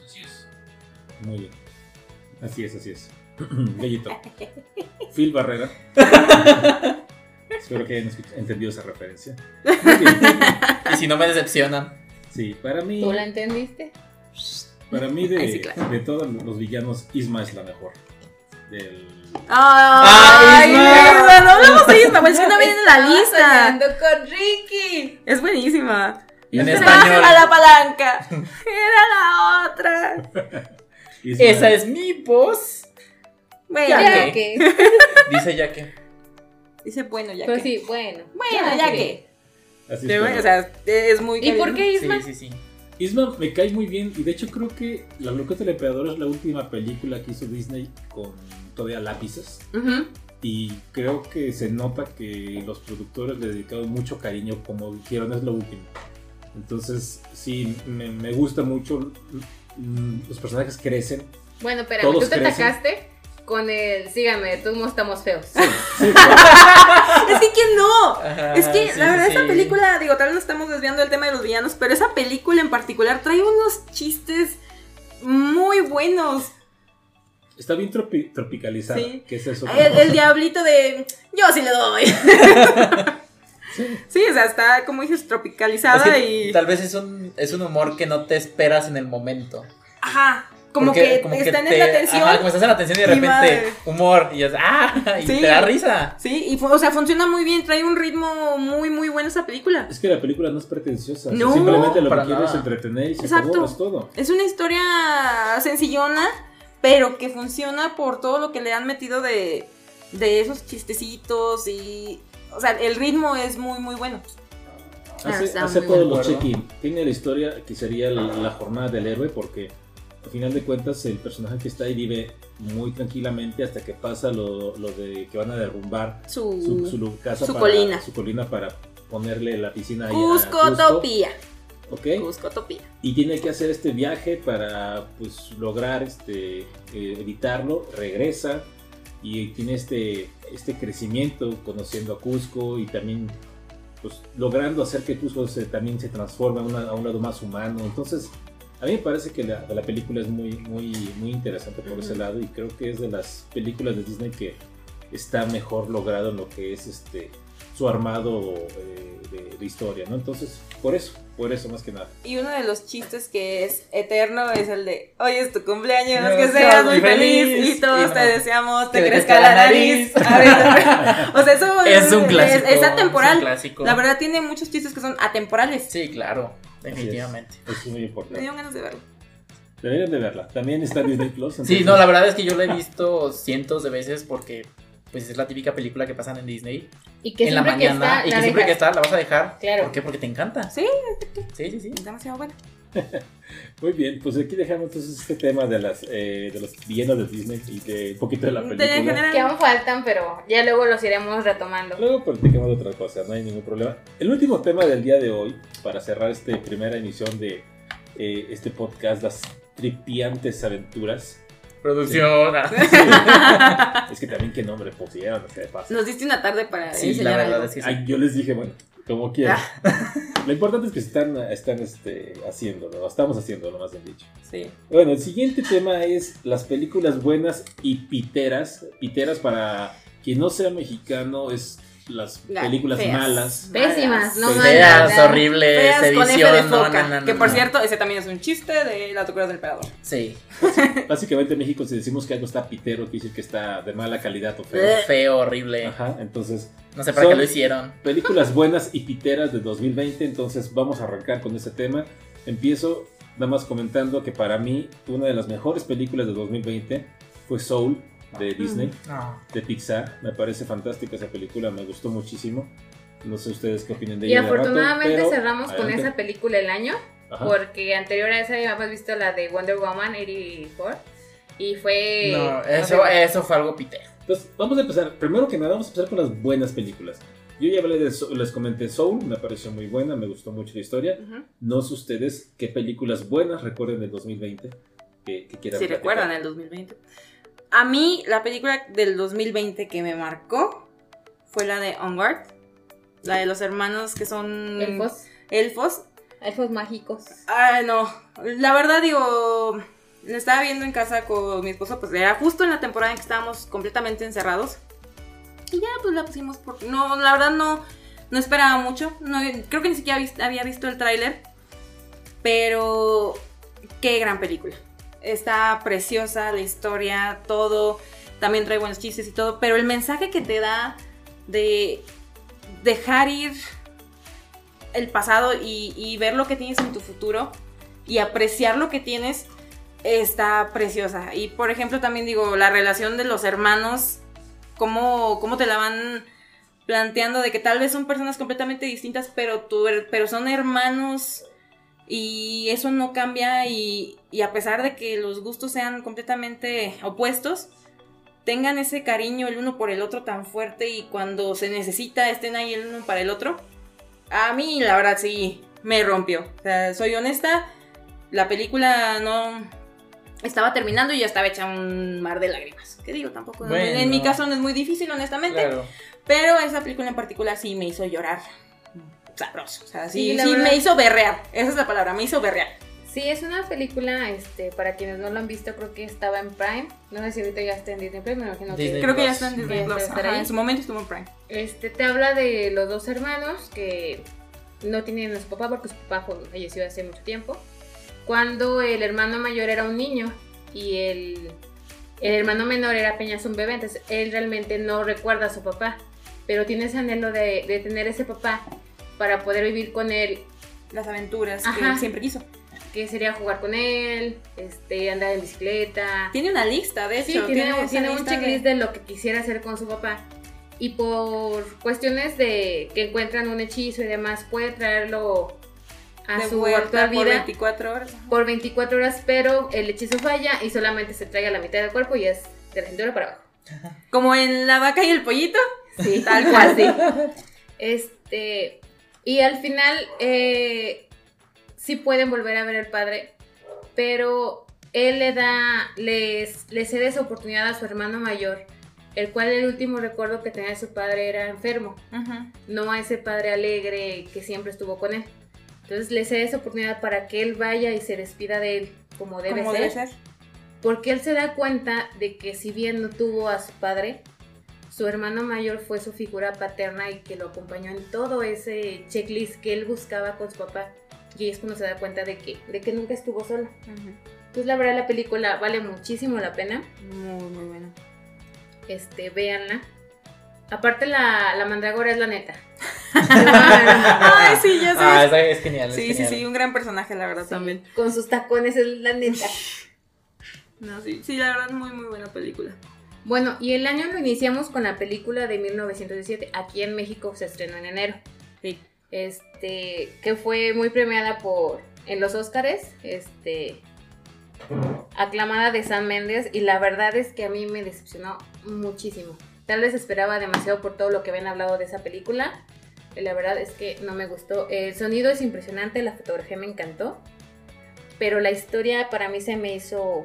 Speaker 1: Así es. Muy bien. Así es, así es. Bellito. Phil Barrera. Espero que hayan escuch- entendido esa referencia. Muy bien.
Speaker 2: Y si no me decepcionan.
Speaker 1: Sí, para mí,
Speaker 4: ¿Tú la entendiste?
Speaker 1: para mí de,
Speaker 3: Ay, sí, claro.
Speaker 1: de todos los villanos, Isma es la mejor. Del,
Speaker 3: ¡Ay,
Speaker 2: Isma!
Speaker 3: Isma! No hablamos de Isma, güey, es que no viene en la lista.
Speaker 4: Hablando con Ricky.
Speaker 3: Es buenísima.
Speaker 2: En
Speaker 1: Isma-
Speaker 2: español.
Speaker 3: ¡A la palanca! Era la otra.
Speaker 1: Isma-
Speaker 2: Esa es mi voz.
Speaker 3: Bueno,
Speaker 2: Ya
Speaker 4: Ya
Speaker 2: que.
Speaker 4: que.
Speaker 2: Dice ya que.
Speaker 3: dice bueno, ya
Speaker 4: Pues
Speaker 3: que.
Speaker 4: sí, bueno.
Speaker 3: Bueno, ya
Speaker 4: que.
Speaker 3: que.
Speaker 1: así
Speaker 3: Sí,
Speaker 1: es,
Speaker 3: bueno,
Speaker 1: pero-
Speaker 3: o sea, es muy
Speaker 4: ¿Y por qué Isma?
Speaker 2: Sí, sí, sí.
Speaker 1: Isma me cae muy bien y de hecho creo que La Locura del Emperador es la última película que hizo Disney con todavía lápices
Speaker 3: Ujú.
Speaker 1: y creo que se nota que los productores le dedicaron mucho cariño como dijeron es lo último. Entonces sí, me, me gusta mucho, mm, los personajes crecen.
Speaker 4: Bueno, espérame,
Speaker 1: Todos
Speaker 4: tú te
Speaker 1: crecen.
Speaker 4: atacaste con el síganme, todos modos estamos feos.
Speaker 1: Sí,
Speaker 3: Es que ¿quién no?
Speaker 2: Ajá,
Speaker 3: Es que
Speaker 2: Ah, sí,
Speaker 3: la verdad
Speaker 2: sí,
Speaker 3: esta
Speaker 2: sí.
Speaker 3: película, digo, tal vez nos estamos desviando del tema de los villanos, pero esa película en particular trae unos chistes muy buenos.
Speaker 1: está bien tropi- tropicalizada,
Speaker 3: Sí. Eh,
Speaker 1: que es eso.
Speaker 3: El, el diablito de yo sí le doy.
Speaker 1: Sí.
Speaker 3: Sí, o sea, está como dices
Speaker 2: Es
Speaker 3: tropicalizada
Speaker 2: que
Speaker 3: y
Speaker 2: tal vez es un, es un humor que no te esperas en el momento.
Speaker 3: ajá, como
Speaker 2: Porque-
Speaker 3: que están en la
Speaker 2: te-
Speaker 3: tensión.
Speaker 2: Ajá, como estás en la tensión y de
Speaker 3: y va
Speaker 2: repente
Speaker 3: de-
Speaker 2: humor y es ¡ah! Y
Speaker 3: Sí.
Speaker 2: te da risa.
Speaker 3: Sí, y fu- o sea, funciona muy bien, trae un ritmo muy muy bueno esa película.
Speaker 1: Es que la película no es pretenciosa, o sea,
Speaker 3: No,
Speaker 1: simplemente lo que
Speaker 2: para
Speaker 1: quiere es
Speaker 2: nada.
Speaker 1: entretener y se
Speaker 3: Exacto.
Speaker 1: acabó, es todo.
Speaker 3: Es una historia sencillona, pero que funciona por todo lo que le han metido de, de esos chistecitos y... O sea, el ritmo es muy, muy bueno.
Speaker 4: Ah,
Speaker 1: Hace,
Speaker 4: está
Speaker 1: hace
Speaker 4: muy
Speaker 1: todos
Speaker 4: de
Speaker 1: los
Speaker 2: acuerdo.
Speaker 1: check-in. Tiene la historia que sería la, la jornada del héroe porque al final de cuentas el personaje que está ahí vive muy tranquilamente hasta que pasa lo, lo de que van a derrumbar
Speaker 3: Su...
Speaker 1: su, su lu- casa
Speaker 3: su
Speaker 1: para-
Speaker 3: colina.
Speaker 1: su colina para ponerle la piscina ahí a
Speaker 3: Cuscotopía.
Speaker 1: Cusco, ¿ok?
Speaker 3: Cuscotopía.
Speaker 1: Y tiene que hacer este viaje para pues lograr este eh, evitarlo, regresa y tiene este, este crecimiento conociendo a Cusco y también pues, logrando hacer que Cusco se- también se transforme a, una- a un lado más humano. Entonces, a mí me parece que la, la película es muy, muy, muy interesante por ese
Speaker 3: Ujú.
Speaker 1: lado y creo que es de las películas de Disney que está mejor logrado en lo que es este su armado eh, de, de historia, ¿no? Entonces, por eso, por eso más que nada.
Speaker 3: Y uno de los chistes que es eterno es el de, hoy es tu cumpleaños,
Speaker 2: No,
Speaker 3: que
Speaker 2: seas
Speaker 3: seas muy
Speaker 2: muy
Speaker 3: feliz,
Speaker 2: feliz.
Speaker 3: y todos
Speaker 2: Y no.
Speaker 3: te deseamos, te
Speaker 2: Que te
Speaker 3: crezca
Speaker 2: crezca
Speaker 3: la
Speaker 2: la
Speaker 3: nariz.
Speaker 2: nariz.
Speaker 3: Ábrete. o sea, eso
Speaker 2: Es un clásico.
Speaker 3: es
Speaker 2: es un
Speaker 3: atemporal.
Speaker 2: clásico.
Speaker 3: La verdad tiene muchos chistes que son atemporales.
Speaker 2: Sí, claro. Definitivamente.
Speaker 1: Eso es muy
Speaker 3: Me
Speaker 1: importante.
Speaker 3: dieron ganas de verlo.
Speaker 1: Deberían de verla. También está en Disney Plus.
Speaker 2: Sí,
Speaker 1: entonces-
Speaker 2: no, la verdad es que yo la he visto cientos de veces porque pues es la típica película que pasan en Disney
Speaker 4: Y que
Speaker 2: en la
Speaker 4: siempre que
Speaker 2: mañana
Speaker 4: está,
Speaker 2: y que
Speaker 4: la
Speaker 2: siempre que
Speaker 4: dejas.
Speaker 2: está la vas a dejar.
Speaker 4: Claro.
Speaker 2: ¿Por qué? Porque te encanta.
Speaker 3: Sí.
Speaker 2: Sí, sí, sí.
Speaker 3: Es demasiado bueno.
Speaker 1: Muy bien, pues aquí dejamos entonces este tema de las eh, de los villanos de Disney y de un poquito de la
Speaker 3: De
Speaker 1: película.
Speaker 3: general-
Speaker 4: Que aún faltan, pero ya luego los iremos retomando.
Speaker 1: Luego platicamos de otra cosa, no hay ningún problema. El último tema del día de hoy, para cerrar esta primera emisión de eh, este podcast, las tripiantes aventuras.
Speaker 2: Producción.
Speaker 1: Es que también qué nombre pusieron, es que de paso.
Speaker 3: Nos diste una tarde para
Speaker 2: Sí, la
Speaker 3: enseñar
Speaker 2: verdad
Speaker 3: algo.
Speaker 2: es que sí.
Speaker 1: Ay, yo les dije, bueno, como quieran.
Speaker 3: Ah.
Speaker 1: Lo importante es que están, están este, haciéndolo, estamos haciéndolo, más bien dicho.
Speaker 3: Sí.
Speaker 1: Bueno, el siguiente tema es las películas buenas y piteras. Piteras para quien no sea mexicano es las
Speaker 3: La-
Speaker 1: películas
Speaker 3: feas.
Speaker 1: malas.
Speaker 4: Pésimas, no
Speaker 2: Pues
Speaker 1: Sí.
Speaker 4: mames.
Speaker 2: Feas,
Speaker 4: ¿verdad?
Speaker 2: horribles,
Speaker 3: Feas con F de
Speaker 2: edición. No,
Speaker 3: foca.
Speaker 2: no, no, no,
Speaker 3: que por
Speaker 2: no.
Speaker 3: cierto, ese también es un chiste de la locura del emperador.
Speaker 2: Sí.
Speaker 1: Básicamente en México si decimos que algo está pitero, quiere decir que está de mala calidad o feo.
Speaker 3: Eh.
Speaker 2: Feo, horrible.
Speaker 1: Ajá, entonces,
Speaker 2: No sé para
Speaker 1: Son-
Speaker 2: qué lo hicieron.
Speaker 1: películas buenas y piteras de 2020, entonces vamos a arrancar con ese tema. Empiezo nada más comentando que para mí una de las mejores películas de 2020 fue Soul de Disney.
Speaker 2: No.
Speaker 1: de Pixar. Me parece fantástica esa película, me gustó muchísimo. No sé ustedes qué opinen de
Speaker 4: Y
Speaker 1: ella. al rato,
Speaker 4: afortunadamente
Speaker 1: pero-
Speaker 4: cerramos con
Speaker 1: adelante.
Speaker 4: esa película el año,
Speaker 2: Ah.
Speaker 1: Ajá.
Speaker 4: porque anterior a esa habíamos visto la de Wonder Woman 84. Y fue.
Speaker 2: No, eso, eso fue algo pitero.
Speaker 1: Entonces, vamos a empezar. Primero que nada, vamos a empezar con las buenas películas. Yo ya hablé de Soul- les comenté Soul, me pareció muy buena, me gustó mucho la historia.
Speaker 3: Ujú.
Speaker 1: No sé ustedes qué películas buenas recuerden del 2020. que que, que quieran
Speaker 3: Si
Speaker 1: platicar.
Speaker 3: recuerdan, ¿eh? el 2020. A mí, la película del 2020 que me marcó fue la de Onward. La de los hermanos que son
Speaker 4: Elfos.
Speaker 3: elfos.
Speaker 4: Elfos mágicos.
Speaker 3: Ah, no. La verdad, digo, lo estaba viendo en casa con mi esposo, pues era justo en la temporada en que estábamos completamente encerrados. Y ya, pues la pusimos por... No, la verdad no, no esperaba mucho. No, creo que ni siquiera vis- había visto el tráiler. Pero qué gran película. Está preciosa la historia, todo. También trae buenos chistes y todo. Pero el mensaje que te da de dejar ir el pasado y, y ver lo que tienes en tu futuro y apreciar lo que tienes está preciosa. Y por ejemplo también digo, la relación de los hermanos, cómo, cómo te la van planteando de que tal vez son personas completamente distintas, pero, tú, er, pero son hermanos y eso no cambia y, y a pesar de que los gustos sean completamente opuestos, tengan ese cariño el uno por el otro tan fuerte y cuando se necesita estén ahí el uno para el otro. A mí, la verdad, sí, me rompió. O sea, soy honesta, la película no estaba terminando y ya estaba hecha un mar de lágrimas. ¿Qué digo? Tampoco. en-
Speaker 2: Bueno.
Speaker 3: En mi caso no es muy difícil, honestamente.
Speaker 2: Claro.
Speaker 3: Pero esa película en particular sí me hizo llorar. Sabroso. O sea, sí,
Speaker 4: Sí, la
Speaker 3: sí
Speaker 4: verdad.
Speaker 3: me hizo berrear. Esa es la palabra, me hizo berrear.
Speaker 4: Sí, es una película, este, para quienes no lo han visto, creo que estaba en Prime. No sé si ahorita ya está en Disney Prime, me imagino que
Speaker 2: Disney.
Speaker 3: Creo que ya
Speaker 2: Plus.
Speaker 3: está en
Speaker 4: Ya
Speaker 3: Disney
Speaker 4: está,
Speaker 3: Plus.
Speaker 4: estará
Speaker 3: Ajá,
Speaker 4: ahí.
Speaker 3: en su momento estuvo en Prime.
Speaker 4: Este te habla de los dos hermanos que no tienen a su papá porque su papá fue- falleció hace mucho tiempo. Cuando el hermano mayor era un niño y el, el hermano menor era apenas un bebé, entonces él realmente no recuerda a su papá, pero tiene ese anhelo de, de tener ese papá para poder vivir con él,
Speaker 3: Las aventuras
Speaker 4: Ajá.
Speaker 3: que siempre quiso.
Speaker 4: que sería jugar con él, este, andar en bicicleta,
Speaker 3: Tiene una lista, de hecho.
Speaker 4: Sí, tiene,
Speaker 3: esa
Speaker 4: tiene un
Speaker 3: lista de-
Speaker 4: checklist de... lo que quisiera hacer con su papá. Y por cuestiones de que encuentran un hechizo y demás, puede traerlo a
Speaker 3: de
Speaker 4: su
Speaker 3: vuelta
Speaker 4: actual
Speaker 3: por
Speaker 4: vida
Speaker 3: 24 horas. Ajá.
Speaker 4: por 24 horas, pero el hechizo falla y solamente se traiga la mitad del cuerpo y es de la cintura para abajo.
Speaker 3: Como en La vaca y el pollito.
Speaker 4: Sí,
Speaker 3: Tal cual, sí.
Speaker 4: Este, y al final eh, sí pueden volver a ver al padre, pero él le da, les, le cede esa oportunidad a su hermano mayor, el cual el último recuerdo que tenía de su padre era enfermo,
Speaker 3: Ajá.
Speaker 4: no a ese padre alegre que siempre estuvo con él. Entonces le cede esa oportunidad para que él vaya y se despida de él como debe
Speaker 3: Como
Speaker 4: ser
Speaker 3: debe ser.
Speaker 4: porque él se da cuenta de que si bien no tuvo a su padre, su hermano mayor fue su figura paterna y que lo acompañó en todo ese checklist que él buscaba con su papá. Y ahí es cuando se da cuenta de que, de que nunca estuvo solo.
Speaker 3: Ajá.
Speaker 4: Entonces la verdad la película vale muchísimo la pena.
Speaker 3: Muy, muy bueno.
Speaker 4: Este, véanla. Aparte la, la mandragora es la neta. Bueno,
Speaker 3: Ay, sí, ya
Speaker 2: Ah,
Speaker 3: sabes.
Speaker 2: esa es genial. es
Speaker 3: sí, sí,
Speaker 2: genial.
Speaker 3: sí, un gran personaje, la verdad,
Speaker 4: sí,
Speaker 3: también.
Speaker 4: Con sus tacones es la neta.
Speaker 3: No, sí. sí, la verdad, muy, muy buena película.
Speaker 4: Bueno, y el año lo iniciamos con la película de 1917. Aquí en México se estrenó en enero.
Speaker 3: Sí.
Speaker 4: este que fue muy premiada por en los Óscares, este aclamada de San Méndez y la verdad es que a mí me decepcionó muchísimo. Tal vez esperaba demasiado por todo lo que habían hablado de esa película. y La verdad es que no me gustó. El sonido es impresionante, la fotografía me encantó, pero la historia para mí se me hizo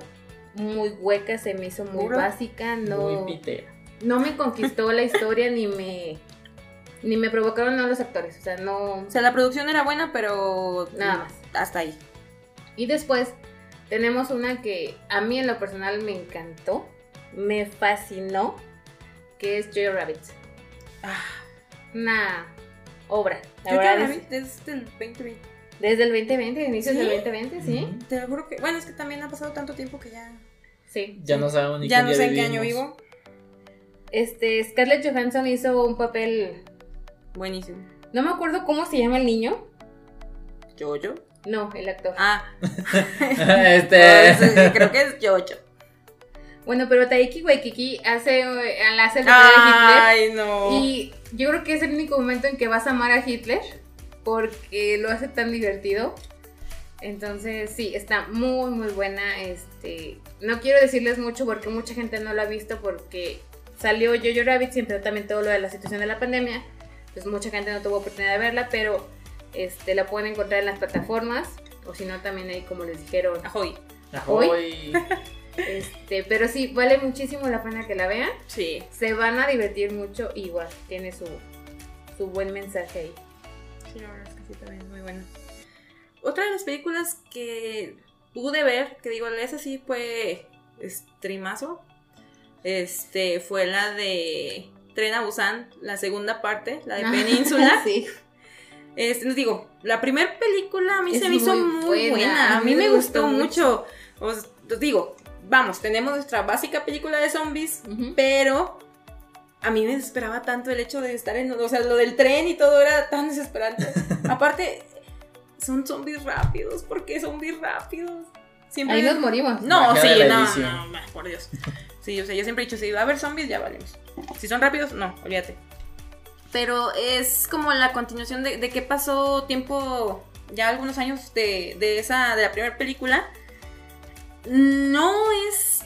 Speaker 4: muy hueca, se me hizo muy
Speaker 3: ¿Pura?
Speaker 4: básica, no
Speaker 2: Muy pitera.
Speaker 4: no me conquistó la historia ni me ni me provocaron no los actores, o sea, no
Speaker 3: O sea, la producción era buena, pero
Speaker 4: nada más.
Speaker 3: hasta ahí.
Speaker 4: Y después tenemos una que a mí en lo personal me encantó, me fascinó, que es Joy Rabbit.
Speaker 3: Ah.
Speaker 4: Una obra, la
Speaker 3: Yo
Speaker 4: verdad
Speaker 3: creo
Speaker 4: es-
Speaker 3: que desde el 2020.
Speaker 4: desde el 2020, inicios
Speaker 3: ¿Sí?
Speaker 4: del 2020, sí.
Speaker 2: Ujú.
Speaker 3: Te lo juro que. Bueno, es que también ha pasado tanto tiempo que ya.
Speaker 4: Sí.
Speaker 2: Ya no sabemos ni
Speaker 3: ya
Speaker 2: qué
Speaker 3: no
Speaker 2: día
Speaker 3: sé en qué año
Speaker 2: vivimos.
Speaker 3: vivo.
Speaker 4: Este Scarlett Johansson hizo un papel,
Speaker 3: Buenísimo.
Speaker 4: no me acuerdo cómo se llama el niño.
Speaker 3: ¿Yo, yo?
Speaker 4: No, el actor.
Speaker 3: Ah,
Speaker 2: este.
Speaker 3: entonces, creo que es yo, yo.
Speaker 4: Bueno, pero Taiki Waikiki hace, eh, hace el papel de Hitler.
Speaker 3: Ay, no.
Speaker 4: Y yo creo que es el único momento en que vas a amar a Hitler porque lo hace tan divertido. Entonces, sí, está muy, muy buena. Este, no quiero decirles mucho porque mucha gente no lo ha visto porque salió Jojo Rabbit, siempre también todo lo de la situación de la pandemia. Pues mucha gente no tuvo oportunidad de verla, pero este, la pueden encontrar en las plataformas. O si no, también ahí, como les dijeron,
Speaker 3: Ajoy.
Speaker 4: hoy.
Speaker 2: Hoy.
Speaker 4: Este, pero sí, vale muchísimo la pena que la vean.
Speaker 3: Sí.
Speaker 4: Se van a divertir mucho y igual tiene su, su buen mensaje ahí.
Speaker 3: Sí, la verdad es que sí, también es muy buena. Otra de las películas que pude ver, que digo, esa sí fue streamazo, este, fue la de Tren a Busan, la segunda parte, la de Península.
Speaker 4: sí.
Speaker 3: Este, les digo, la primera película a mí
Speaker 4: Es
Speaker 3: se me hizo
Speaker 4: muy
Speaker 3: muy
Speaker 4: buena,
Speaker 3: buena. A mí me gustó mucho. Os os digo, vamos, tenemos nuestra básica película de zombies,
Speaker 4: Ujú.
Speaker 3: pero a mí me desesperaba tanto el hecho de estar en. O sea, lo del tren y todo era tan desesperante. Aparte, son zombies rápidos. ¿Por qué zombies rápidos? Siempre.
Speaker 4: Ahí nos morimos.
Speaker 3: No,
Speaker 2: Magia
Speaker 3: sí,
Speaker 2: de la
Speaker 3: no,
Speaker 2: edición.
Speaker 3: no, ma, por Dios. Sí, o sea, yo siempre he dicho, si va a haber zombies, ya valemos. Si son rápidos, no, olvídate. Pero es como la continuación de, de qué pasó tiempo, ya algunos años de, de esa, de la primera película. No es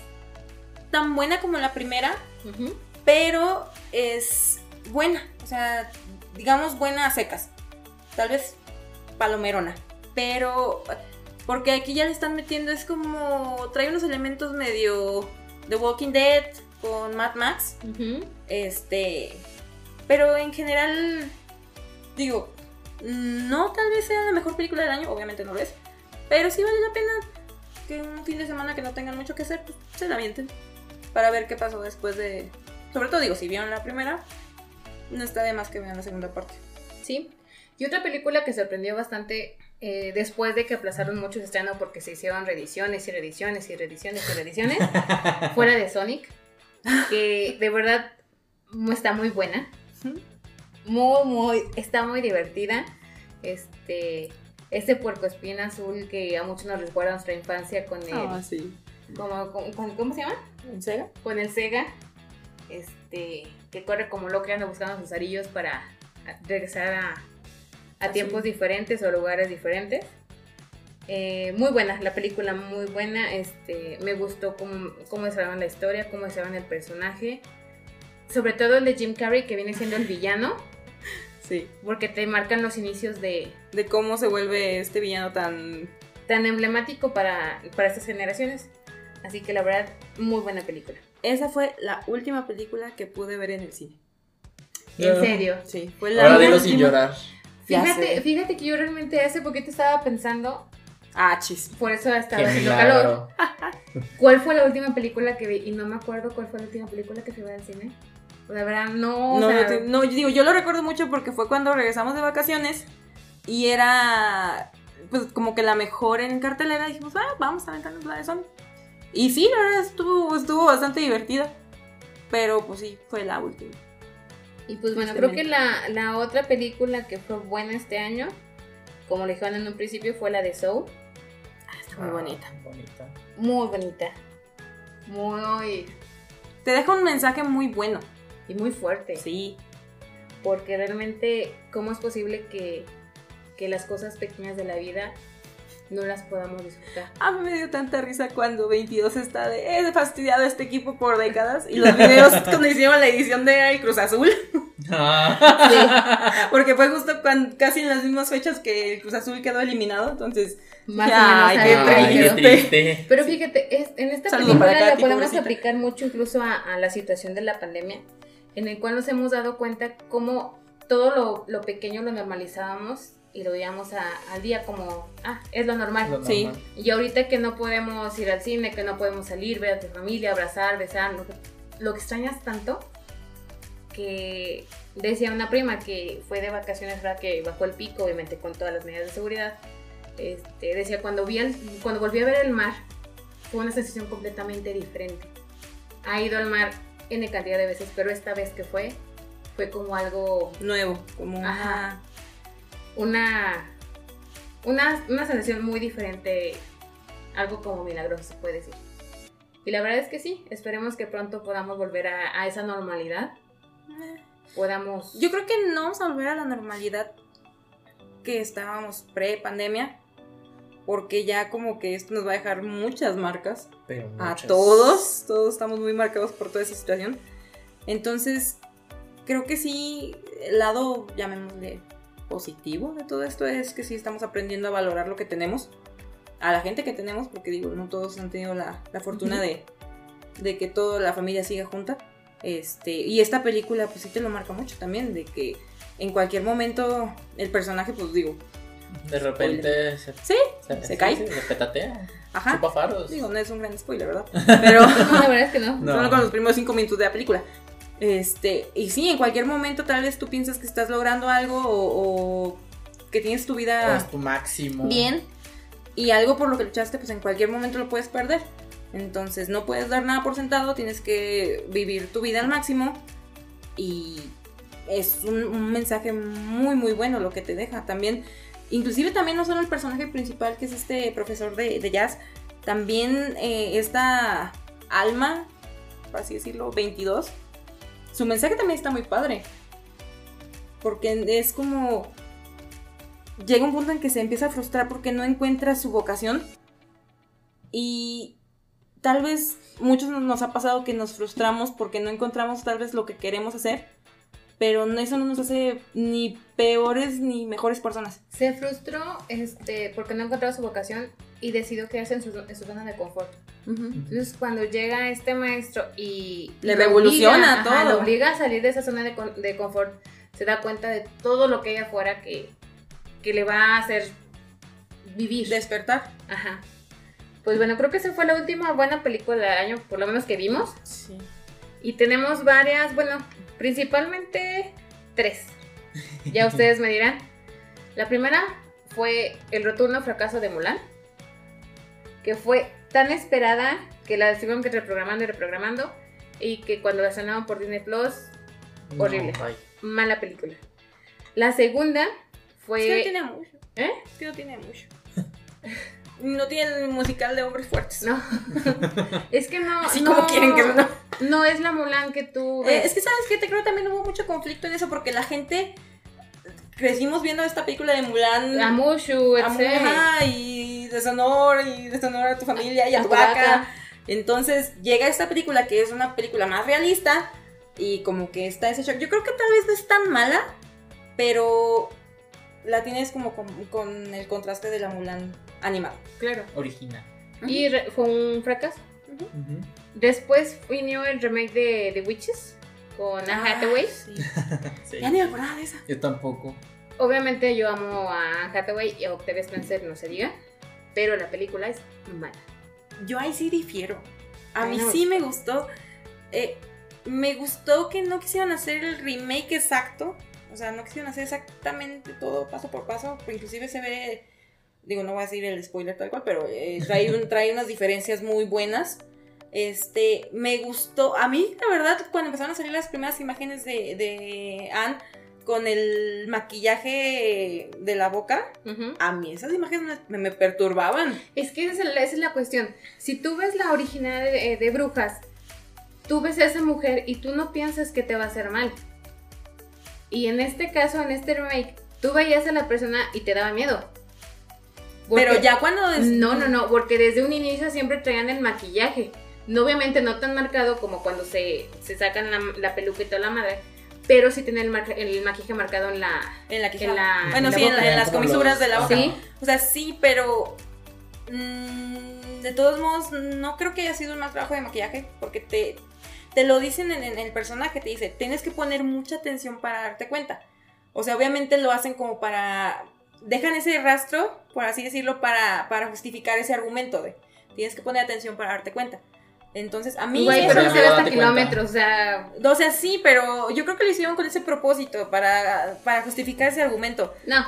Speaker 3: tan buena como la primera,
Speaker 4: Ujú.
Speaker 3: pero es buena, o sea, digamos buena a secas, tal vez palomerona, pero porque aquí ya le están metiendo, es como, trae unos elementos medio The Walking Dead con Mad Max,
Speaker 4: Ujú.
Speaker 3: este, pero en general, digo, no tal vez sea la mejor película del año, obviamente no lo es, pero sí vale la pena que un fin de semana que no tengan mucho que hacer, pues, se la avienten para ver qué pasó después de... Sobre todo digo, si vieron la primera, no está de más que vean la segunda parte.
Speaker 4: Sí. Y otra película que sorprendió bastante eh, después de que aplazaron mucho su estreno porque se hicieron reediciones y reediciones y reediciones y reediciones, fue la de Sonic, que de verdad mu- está muy buena.
Speaker 3: Ujú.
Speaker 4: Muy, muy, está muy divertida. Este, este puercoespín azul que a muchos nos recuerda a nuestra infancia con el,
Speaker 3: Ah, sí.
Speaker 4: como- con- con- ¿cómo se llama?
Speaker 3: ¿En Sega?
Speaker 4: con el Sega, este, que corre como loco y anda buscando sus arillos para a- regresar a, a
Speaker 3: Así.
Speaker 4: tiempos diferentes o lugares diferentes. Eh, muy buena, la película muy buena, este, me gustó cómo, cómo desarrollaron la historia, cómo desarrollaron el personaje, sobre todo el de Jim Carrey que viene siendo el villano,
Speaker 3: Sí.
Speaker 4: porque te marcan los inicios de
Speaker 3: De cómo se vuelve este villano tan...
Speaker 4: tan emblemático para, para estas generaciones. Así que la verdad, muy buena película.
Speaker 3: Esa fue la última película que pude ver en el cine.
Speaker 4: En serio.
Speaker 3: Sí, fue la
Speaker 2: Ahora dilo sin
Speaker 3: última.
Speaker 2: llorar.
Speaker 3: Ya
Speaker 4: Fíjate,
Speaker 3: sé.
Speaker 4: fíjate que yo realmente hace poquito estaba pensando,
Speaker 3: Ah, chis.
Speaker 4: por eso estaba
Speaker 2: Qué
Speaker 4: haciendo calor.
Speaker 2: milagro.
Speaker 4: ¿Cuál fue la última película que vi? Y no me acuerdo cuál fue la última película que fui a ver al cine. Pues, La verdad, no. o
Speaker 3: No,
Speaker 4: sea,
Speaker 3: no, te- no, yo digo, yo lo recuerdo mucho porque fue cuando regresamos de vacaciones y era pues como que la mejor en cartelera. Dijimos, ah, vamos a aventarnos la de Sony. Y sí, la verdad estuvo, estuvo bastante divertida. Pero pues sí, fue la última.
Speaker 4: Y pues bueno, creo que la, la otra película que fue buena este año, como le dijeron en un principio, fue la de Soul.
Speaker 3: Está muy
Speaker 2: Ah,
Speaker 3: bonita.
Speaker 2: bonita.
Speaker 4: Muy bonita. Muy.
Speaker 3: Te deja un mensaje muy bueno.
Speaker 4: Y muy fuerte.
Speaker 3: Sí.
Speaker 4: Porque realmente, ¿cómo es posible que, que las cosas pequeñas de la vida no las podamos disfrutar?
Speaker 3: A mí me dio tanta risa cuando 22 está de he fastidiado a este equipo por décadas y los videos cuando hicieron la edición de El Cruz Azul.
Speaker 2: Ah,
Speaker 3: Porque fue justo cuan- casi en las mismas fechas que el Cruz Azul quedó eliminado, entonces...
Speaker 4: Más
Speaker 3: Ay,
Speaker 4: o
Speaker 3: qué
Speaker 4: menos. ahí
Speaker 2: ay,
Speaker 4: quedó.
Speaker 2: qué
Speaker 3: triste.
Speaker 2: triste.
Speaker 4: Pero fíjate, es- en esta
Speaker 3: Saludo
Speaker 4: película
Speaker 3: para
Speaker 4: la
Speaker 3: Katy,
Speaker 4: podemos
Speaker 3: pobrecita.
Speaker 4: aplicar mucho incluso a, a la situación de la pandemia, en el cual nos hemos dado cuenta cómo todo lo, lo pequeño lo normalizábamos y lo veíamos a- al día como, ah, es lo normal.
Speaker 2: Lo
Speaker 3: Sí.
Speaker 2: normal.
Speaker 4: Y ahorita que no podemos ir al cine, que no podemos salir, ver a tu familia, abrazar, besar, lo que, lo que extrañas tanto, que decía una prima que fue de vacaciones, ¿verdad? que bajó el pico, obviamente con todas las medidas de seguridad, este, decía, cuando, vi al- cuando volví a ver el mar, fue una sensación completamente diferente. Ha ido al mar N cantidad de veces, pero esta vez que fue, fue como algo
Speaker 3: Nuevo, como...
Speaker 4: Ajá. una, una, una sensación muy diferente, algo como milagroso se puede decir. Y la verdad es que sí, esperemos que pronto podamos volver a, a esa normalidad,
Speaker 3: Ajá.
Speaker 4: podamos...
Speaker 3: Yo creo que no vamos a volver a la normalidad que estábamos pre-pandemia, porque ya como que esto nos va a dejar muchas marcas
Speaker 2: Pero muchas.
Speaker 3: a todos, todos estamos muy marcados por toda esa situación. Entonces, creo que sí, el lado, llamémosle, positivo de todo esto es que sí estamos aprendiendo a valorar lo que tenemos a la gente que tenemos, porque digo, no todos han tenido la, la fortuna de, de que toda la familia siga junta. Este, y esta película, pues sí te lo marca mucho también, de que en cualquier momento el personaje, pues digo,
Speaker 2: De repente se,
Speaker 3: sí, se cae.
Speaker 2: sí, se petatea.
Speaker 3: ajá.
Speaker 2: Chupa faros.
Speaker 3: Digo, no es un gran spoiler, ¿verdad? Pero
Speaker 4: No, la verdad es que no.
Speaker 1: No.
Speaker 3: solo con los primeros cinco minutos de la película. Este, y sí, en cualquier momento tal vez tú piensas que estás logrando algo o, o que tienes tu
Speaker 2: O
Speaker 3: vida
Speaker 2: es tu máximo.
Speaker 3: ah. bien y algo por lo que luchaste, pues en cualquier momento lo puedes perder. Entonces no puedes dar nada por sentado, tienes que vivir tu vida al máximo y es un, un mensaje muy muy bueno lo que te deja. También, inclusive también no solo el personaje principal que es este profesor de, de jazz, también eh, esta alma, por así decirlo, 22, su mensaje también está muy padre. Porque es como, llega un punto en que se empieza a frustrar porque no encuentra su vocación. Y tal vez muchos nos- nos ha pasado que nos frustramos porque no encontramos tal vez lo que queremos hacer. Pero no- eso no nos hace ni peores ni mejores personas.
Speaker 4: Se frustró este, porque no encontraba su vocación y decidió quedarse en su, en su zona de confort. Entonces, cuando llega este maestro y.
Speaker 3: Le
Speaker 4: lo
Speaker 3: revoluciona
Speaker 4: obliga, ajá,
Speaker 3: todo.
Speaker 4: lo obliga a salir de esa zona de, con- de confort, se da cuenta de todo lo que hay afuera que, que le va a hacer vivir.
Speaker 3: Despertar.
Speaker 4: Ajá. Pues bueno, creo que esa fue la última buena película del año, por lo menos que vimos.
Speaker 3: Sí.
Speaker 4: Y tenemos varias, bueno, principalmente tres. Ya ustedes me dirán. La primera fue el rotundo fracaso de Mulan, que fue tan esperada que la estuvieron que reprogramando y reprogramando y que cuando la estrenaron por Disney Plus,
Speaker 2: No,
Speaker 4: horrible.
Speaker 2: ay.
Speaker 4: mala película. La segunda fue...
Speaker 3: Es que no tiene mucho.
Speaker 4: ¿Eh?
Speaker 3: Es que no tiene mucho. No tiene el musical de hombres fuertes. Eh,
Speaker 4: No. es que no...
Speaker 3: Así
Speaker 4: no,
Speaker 3: como quieren que no.
Speaker 4: No es la Mulan que tú...
Speaker 3: Eh,
Speaker 4: ves.
Speaker 3: es que sabes que te creo que también hubo mucho conflicto en eso porque la gente crecimos viendo esta película de Mulan.
Speaker 4: A Mushu,
Speaker 3: a Mu-
Speaker 4: etc.
Speaker 3: ajá, y deshonor y deshonor a tu familia y a tu
Speaker 4: vaca.
Speaker 3: vaca. Entonces llega esta película que es una película más realista y como que está ese shock. Yo creo que tal vez no es tan mala, pero la tienes como con, con el contraste de la Mulan animada.
Speaker 4: Claro.
Speaker 2: Original.
Speaker 4: Y re- fue un fracaso.
Speaker 2: Ujú.
Speaker 4: Después vino el remake de The Witches con Anne Hathaway.
Speaker 3: Ah, Sí.
Speaker 2: Sí.
Speaker 3: Ya ni me acordaba de esa.
Speaker 2: Yo tampoco.
Speaker 4: Obviamente yo amo a Anne Hathaway y a Octavia Spencer, no se diga. Pero la película es mala.
Speaker 3: Yo ahí sí difiero. A
Speaker 4: Ay,
Speaker 3: mí
Speaker 4: no me
Speaker 3: sí me gustó. Eh, me gustó que no quisieron hacer el remake exacto. O sea, no quisieron hacer exactamente todo paso por paso. Inclusive se ve, digo, no voy a decir el spoiler tal cual, pero eh, trae, un- trae unas diferencias muy buenas. Este, me gustó. A mí, la verdad, cuando empezaron a salir las primeras imágenes de, de Anne con el maquillaje de la boca,
Speaker 4: Ujú.
Speaker 3: a mí esas imágenes me, me perturbaban.
Speaker 4: Es que esa es, la, esa es la cuestión. Si tú ves la original eh, de Brujas, tú ves a esa mujer y tú no piensas que te va a hacer mal. Y en este caso, en este remake, tú veías a la persona y te daba miedo.
Speaker 3: Pero
Speaker 4: Porque-
Speaker 3: ya cuando... es-
Speaker 4: No, no, no, porque desde un inicio siempre traían el maquillaje. No, obviamente no tan marcado como cuando se, se sacan la, la peluca y toda la madre, pero sí tienen el, marca- el maquillaje marcado en la...
Speaker 3: En la quijada.
Speaker 4: En la-
Speaker 3: bueno,
Speaker 4: en la
Speaker 3: sí, en, la-
Speaker 2: boca,
Speaker 3: en las
Speaker 2: como
Speaker 3: comisuras
Speaker 2: los-
Speaker 3: de la boca.
Speaker 4: Sí,
Speaker 3: O sea, sí, pero. mm, de todos modos, no creo que haya sido un mal trabajo de maquillaje. Porque te, te lo dicen en, en el personaje. Te dice, tienes que poner mucha atención para darte cuenta. O sea, obviamente lo hacen como para. Dejan ese rastro, por así decirlo, para, para justificar ese argumento de. Tienes que poner atención para darte cuenta. Entonces, a mí.
Speaker 4: Güey,
Speaker 3: eso
Speaker 2: Sí,
Speaker 4: pero no
Speaker 3: me-
Speaker 4: se ve hasta
Speaker 2: date cuenta.
Speaker 4: kilómetros, o sea...
Speaker 3: o sea, sí, pero yo creo que lo hicieron con ese propósito, para, para justificar ese argumento.
Speaker 4: No,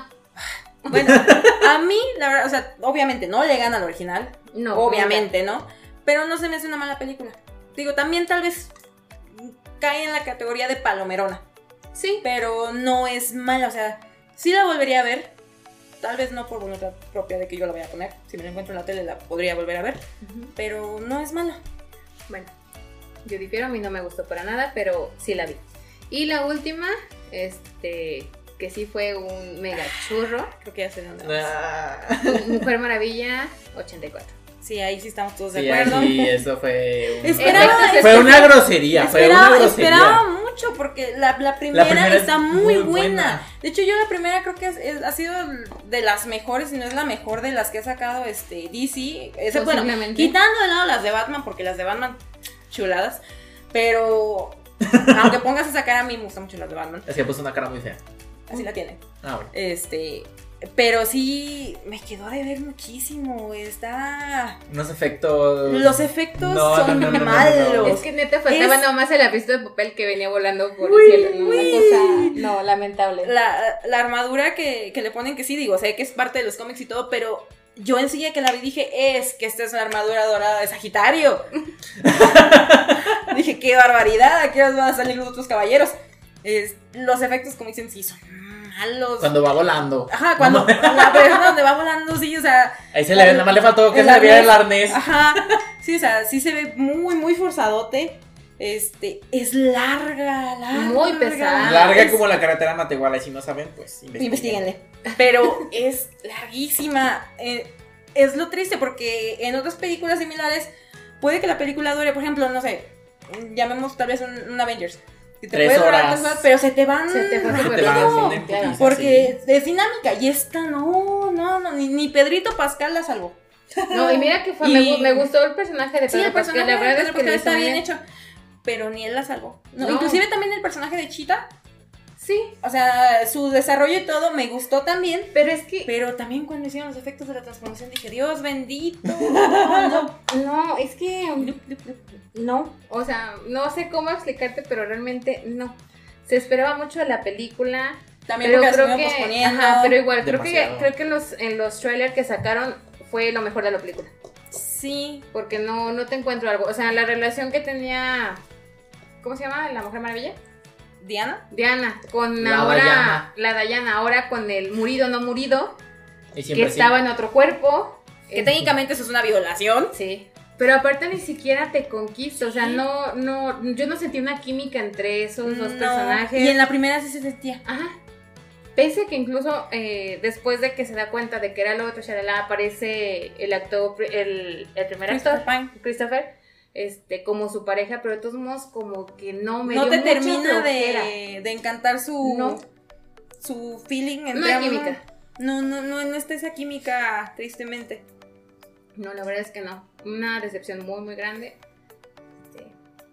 Speaker 3: Bueno, a mí, la verdad, o sea, obviamente no le gana al original,
Speaker 4: no.
Speaker 3: obviamente, ¿no? Pero no se me hace una mala película. Digo, también tal vez cae en la categoría de palomerona,
Speaker 4: Sí,
Speaker 3: pero no es mala, o sea, sí la volvería a ver, tal vez no por voluntad propia de que yo la voy a poner, si me la encuentro en la tele la podría volver a ver, pero no es mala.
Speaker 4: Bueno, yo difiero, a mí no me gustó para nada, pero sí la vi. Y la última, este, que sí fue un mega churro,
Speaker 3: Creo que ya sé de dónde vas.
Speaker 2: Ah.
Speaker 4: Mujer Maravilla 84.
Speaker 3: Sí, ahí sí estamos todos de
Speaker 2: Sí,
Speaker 3: acuerdo.
Speaker 2: ahí eso fue. un-
Speaker 3: Esperaba-
Speaker 4: Efectos
Speaker 2: Fue una
Speaker 4: especiales.
Speaker 2: grosería, fue una
Speaker 3: Esperaba,
Speaker 2: grosería.
Speaker 3: esperaba mucho mucho porque la, la primera,
Speaker 2: primera es
Speaker 3: está
Speaker 2: muy
Speaker 3: muy, buena.
Speaker 2: buena.
Speaker 3: De hecho, yo la primera creo que es- es- ha sido de las mejores, si no es la mejor de las que ha sacado este DC.
Speaker 4: Pues
Speaker 3: Ese, bueno,
Speaker 4: Posiblemente.
Speaker 3: quitando de lado las de Batman, porque las de Batman, chuladas. Pero aunque pongas esa cara, a mí me gustan mucho las de Batman.
Speaker 2: Es que puso una cara muy fea.
Speaker 3: Así la tienen.
Speaker 2: Ah, bueno.
Speaker 3: Este, pero sí me quedó de ver muchísimo. Está.
Speaker 2: Unos efectos.
Speaker 3: Los efectos
Speaker 2: No, no,
Speaker 3: son
Speaker 2: no, no, no, no.
Speaker 3: malos.
Speaker 4: Es que neta faltaba
Speaker 3: Es-
Speaker 4: nada más el aviso de papel que venía volando por
Speaker 3: Uy,
Speaker 4: el cielo. No,
Speaker 3: uy.
Speaker 4: Una cosa- no, lamentable.
Speaker 3: La, la armadura que, que le ponen, que sí, digo, sé que es parte de los cómics y todo, pero yo enseguida que la vi dije, es que esta es una armadura dorada de Sagitario. dije, qué barbaridad, aquí van a salir los otros caballeros. Es- los efectos cómics en sí son malos.
Speaker 2: Cuando va volando.
Speaker 3: Ajá, cuando la persona donde va volando, sí, o sea,
Speaker 2: Ahí se le ve, nada más le faltó que
Speaker 3: El
Speaker 2: se le viera el
Speaker 3: arnés.
Speaker 2: arnés.
Speaker 3: Ajá. Sí, o sea, sí se ve muy, muy forzadote. Este, es larga, larga.
Speaker 4: Muy pesada.
Speaker 2: Larga
Speaker 3: Es-
Speaker 2: como la carretera Matehuala. Y si no saben, pues investiguen.
Speaker 3: Investíguenle. Pero es larguísima. Eh, es lo triste porque en otras películas similares puede que la película dure, por ejemplo, no sé, llamemos tal vez un, un Avengers. Que te
Speaker 2: Tres
Speaker 3: puede durar
Speaker 2: horas.
Speaker 3: tantas horas, pero se te van.
Speaker 4: Se te fue
Speaker 2: Se
Speaker 4: súper
Speaker 2: te va
Speaker 4: rápido.
Speaker 2: haciendo
Speaker 4: Claro.
Speaker 2: emputiza, sí.
Speaker 3: Porque es dinámica y esta no, no, no, ni, ni Pedrito Pascal la salvó.
Speaker 4: No, y mira que fue, me,
Speaker 3: Y-
Speaker 4: gu- me gustó el personaje de
Speaker 3: Sí,
Speaker 4: Pedro
Speaker 3: el personaje
Speaker 4: Pascal, la verdad es que lo
Speaker 3: está
Speaker 4: hizo
Speaker 3: bien hecho. Pero ni él la salvó. No,
Speaker 4: No.
Speaker 3: Inclusive también el personaje de Chita.
Speaker 4: Sí,
Speaker 3: O sea, su desarrollo y todo me gustó también.
Speaker 4: pero es que
Speaker 3: Pero también cuando hicieron los efectos de la transformación dije, Dios bendito. No, no.
Speaker 4: no, es que
Speaker 3: Blup, blup, blup, blup.
Speaker 4: no, o sea, no sé cómo explicarte, pero realmente no. Se esperaba mucho de la película,
Speaker 3: También
Speaker 4: pero
Speaker 3: porque la
Speaker 4: creo
Speaker 3: estuvieron
Speaker 4: que,
Speaker 3: posponiendo.
Speaker 4: ajá, pero igual creo que
Speaker 2: Demasiado.
Speaker 4: creo que en los en los trailers que sacaron fue lo mejor de la película,
Speaker 3: Sí.
Speaker 4: porque no no te encuentro algo, o sea, la relación que tenía ¿cómo se llama? La Mujer Maravilla.
Speaker 3: Diana.
Speaker 4: Diana, con
Speaker 2: La
Speaker 4: ahora
Speaker 2: Dayana.
Speaker 4: la Dayana, ahora con el murido no murido,
Speaker 2: Y
Speaker 4: que
Speaker 2: siempre sí.
Speaker 4: estaba en otro cuerpo.
Speaker 3: Que
Speaker 4: Eh,
Speaker 3: técnicamente eso es una violación.
Speaker 4: Sí. Pero aparte ni siquiera te conquista, o sea,
Speaker 3: Sí.
Speaker 4: no, no, yo no sentí una química entre esos dos
Speaker 3: No.
Speaker 4: personajes.
Speaker 3: Y en la primera sí se sentía.
Speaker 4: Ajá. Pese a que incluso eh, después de que se da cuenta de que era lo otro, Shalala, aparece el actor, pri- el, el primer actor,
Speaker 3: Christopher Pine.
Speaker 4: Christopher, este, como su pareja, pero de todos modos como que no me
Speaker 3: No
Speaker 4: dio
Speaker 3: te
Speaker 4: mucha
Speaker 3: termina
Speaker 4: flojera.
Speaker 3: de, de encantar su,
Speaker 4: No.
Speaker 3: su feeling.
Speaker 4: No
Speaker 3: entre
Speaker 4: hay
Speaker 3: ambos.
Speaker 4: química.
Speaker 3: No, no, no, no está esa química, tristemente.
Speaker 4: No, la verdad es que no. Una decepción muy, muy grande. Este,